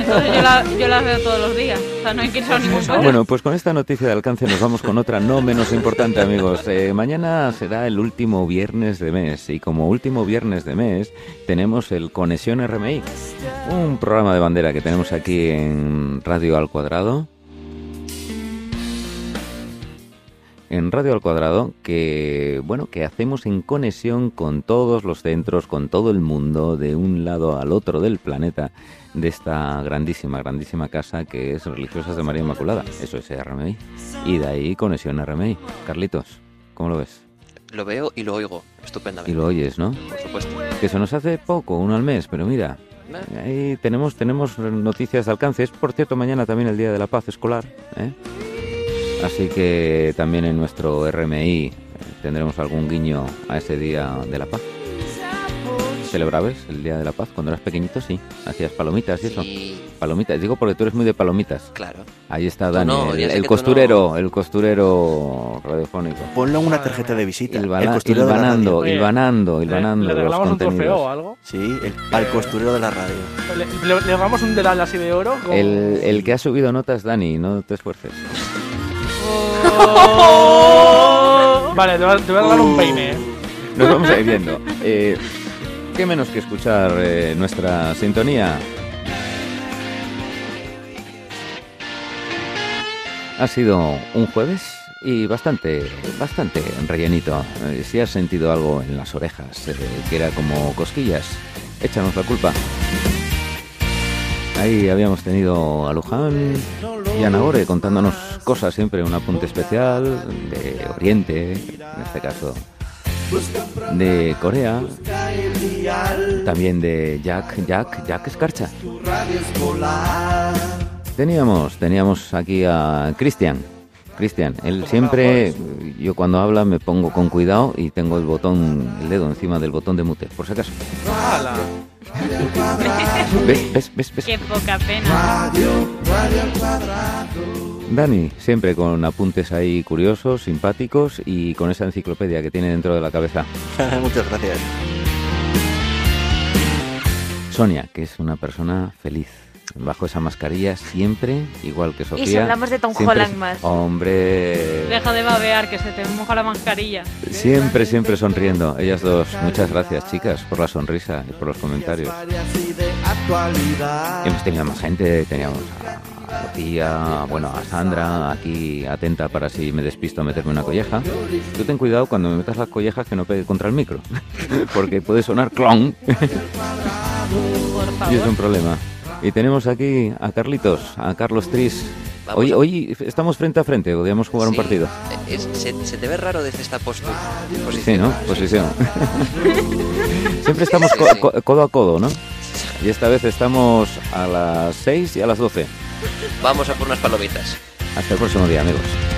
S11: Entonces yo, la- yo las veo todos los días. O sea, no hay que ir a ningún pueblo.
S1: Bueno, pues con esta noticia de alcance nos vamos con otra no menos importante, amigos. Eh, mañana será el último viernes de mes y como último viernes de mes tenemos el Conexión RMI, un programa de bandera que tenemos aquí en Radio Al Cuadrado. en Radio al Cuadrado que bueno que hacemos en conexión con todos los centros, con todo el mundo, de un lado al otro del planeta, de esta grandísima, grandísima casa que es Religiosas de María Inmaculada. Eso es RMI. Y de ahí conexión RMI. Carlitos, ¿cómo lo ves?
S9: Lo veo y lo oigo
S1: Y
S9: estupendamente.
S1: lo oyes, ¿no?
S9: Por supuesto.
S1: Que se nos hace poco, uno al mes, pero mira. Ahí tenemos, tenemos noticias de alcance. Es, por cierto, mañana también el Día de la Paz Escolar. ¿eh? Así que también en nuestro RMI eh, tendremos algún guiño a ese Día de la Paz. ¿Celebrabas el Día de la Paz? Cuando eras pequeñito, sí. Hacías palomitas y eso. Palomitas, digo porque tú eres muy de palomitas.
S9: Claro.
S1: Ahí está
S9: Tú
S1: Dani,
S9: no,
S1: el,
S9: ya sé
S1: el
S9: que tú
S1: costurero, el costurero radiofónico.
S5: Ponlo en una tarjeta de visita.
S1: Hilvana-
S5: el costurero de la
S1: hilvanando,
S5: radio.
S1: Oye, hilvanando, le- hilvanando le los regalamos un contenidos.
S9: ¿ah?
S1: trofeo o
S4: algo?
S5: Sí, el- al costurero de la radio.
S4: Le, le, le damos un dedal así de oro. como-
S1: El, el que ha subido notas, Dani, no te esfuerces.
S4: Vale, te voy a, te voy a regalar
S1: Oh.
S4: un peine. ¿eh?
S1: Nos vamos a ir viendo. Eh, ¿Qué menos que escuchar eh, nuestra sintonía? Ha sido un jueves y bastante, bastante rellenito. Eh, si has sentido algo en las orejas, eh, que era como cosquillas, échanos la culpa. Ahí habíamos tenido a Luján y a Nagore contándonos cosas siempre, un apunte especial de Oriente, en este caso de Corea, también de Jack, Jack, Jack Escarcha. Teníamos, teníamos aquí a Cristian. Cristian, él siempre, yo cuando habla me pongo con cuidado y tengo el botón, el dedo encima del botón de mute, por si acaso. ¿Ves? ¿Ves? ¿Ves? ¿Ves?
S11: Qué poca pena.
S1: Dani, siempre con apuntes ahí curiosos, simpáticos y con esa enciclopedia que tiene dentro de la cabeza.
S5: Muchas gracias.
S1: Sonia, que es una persona feliz. Bajo esa mascarilla siempre, igual que Sofía.
S11: hablamos de Tom
S1: siempre
S11: Holland más.
S1: Hombre,
S11: Deja de babear, que se te moja la mascarilla.
S1: siempre, siempre sonriendo. Ellas dos, muchas gracias, chicas, por la sonrisa y por los comentarios. Hemos tenido más gente, teníamos a Sofía, bueno, a Sandra, aquí atenta para si me despisto meterme una colleja. Tú ten cuidado cuando me metas las collejas que no pegue contra el micro, porque puede sonar clon.
S11: Por
S1: Y es un
S11: favor.
S1: problema. Y tenemos aquí a Carlitos, a Carlos Tris.
S9: Vamos.
S1: Hoy, hoy estamos frente a frente, podríamos jugar un
S9: Sí,
S1: partido.
S9: eh, es- se, se te ve raro desde esta postura.
S1: Sí, ¿no? Posición. Siempre estamos co- co- codo a codo, ¿no? Y esta vez estamos a las 6 y a las 12.
S9: Vamos a por unas palomitas.
S1: Hasta el próximo día, amigos.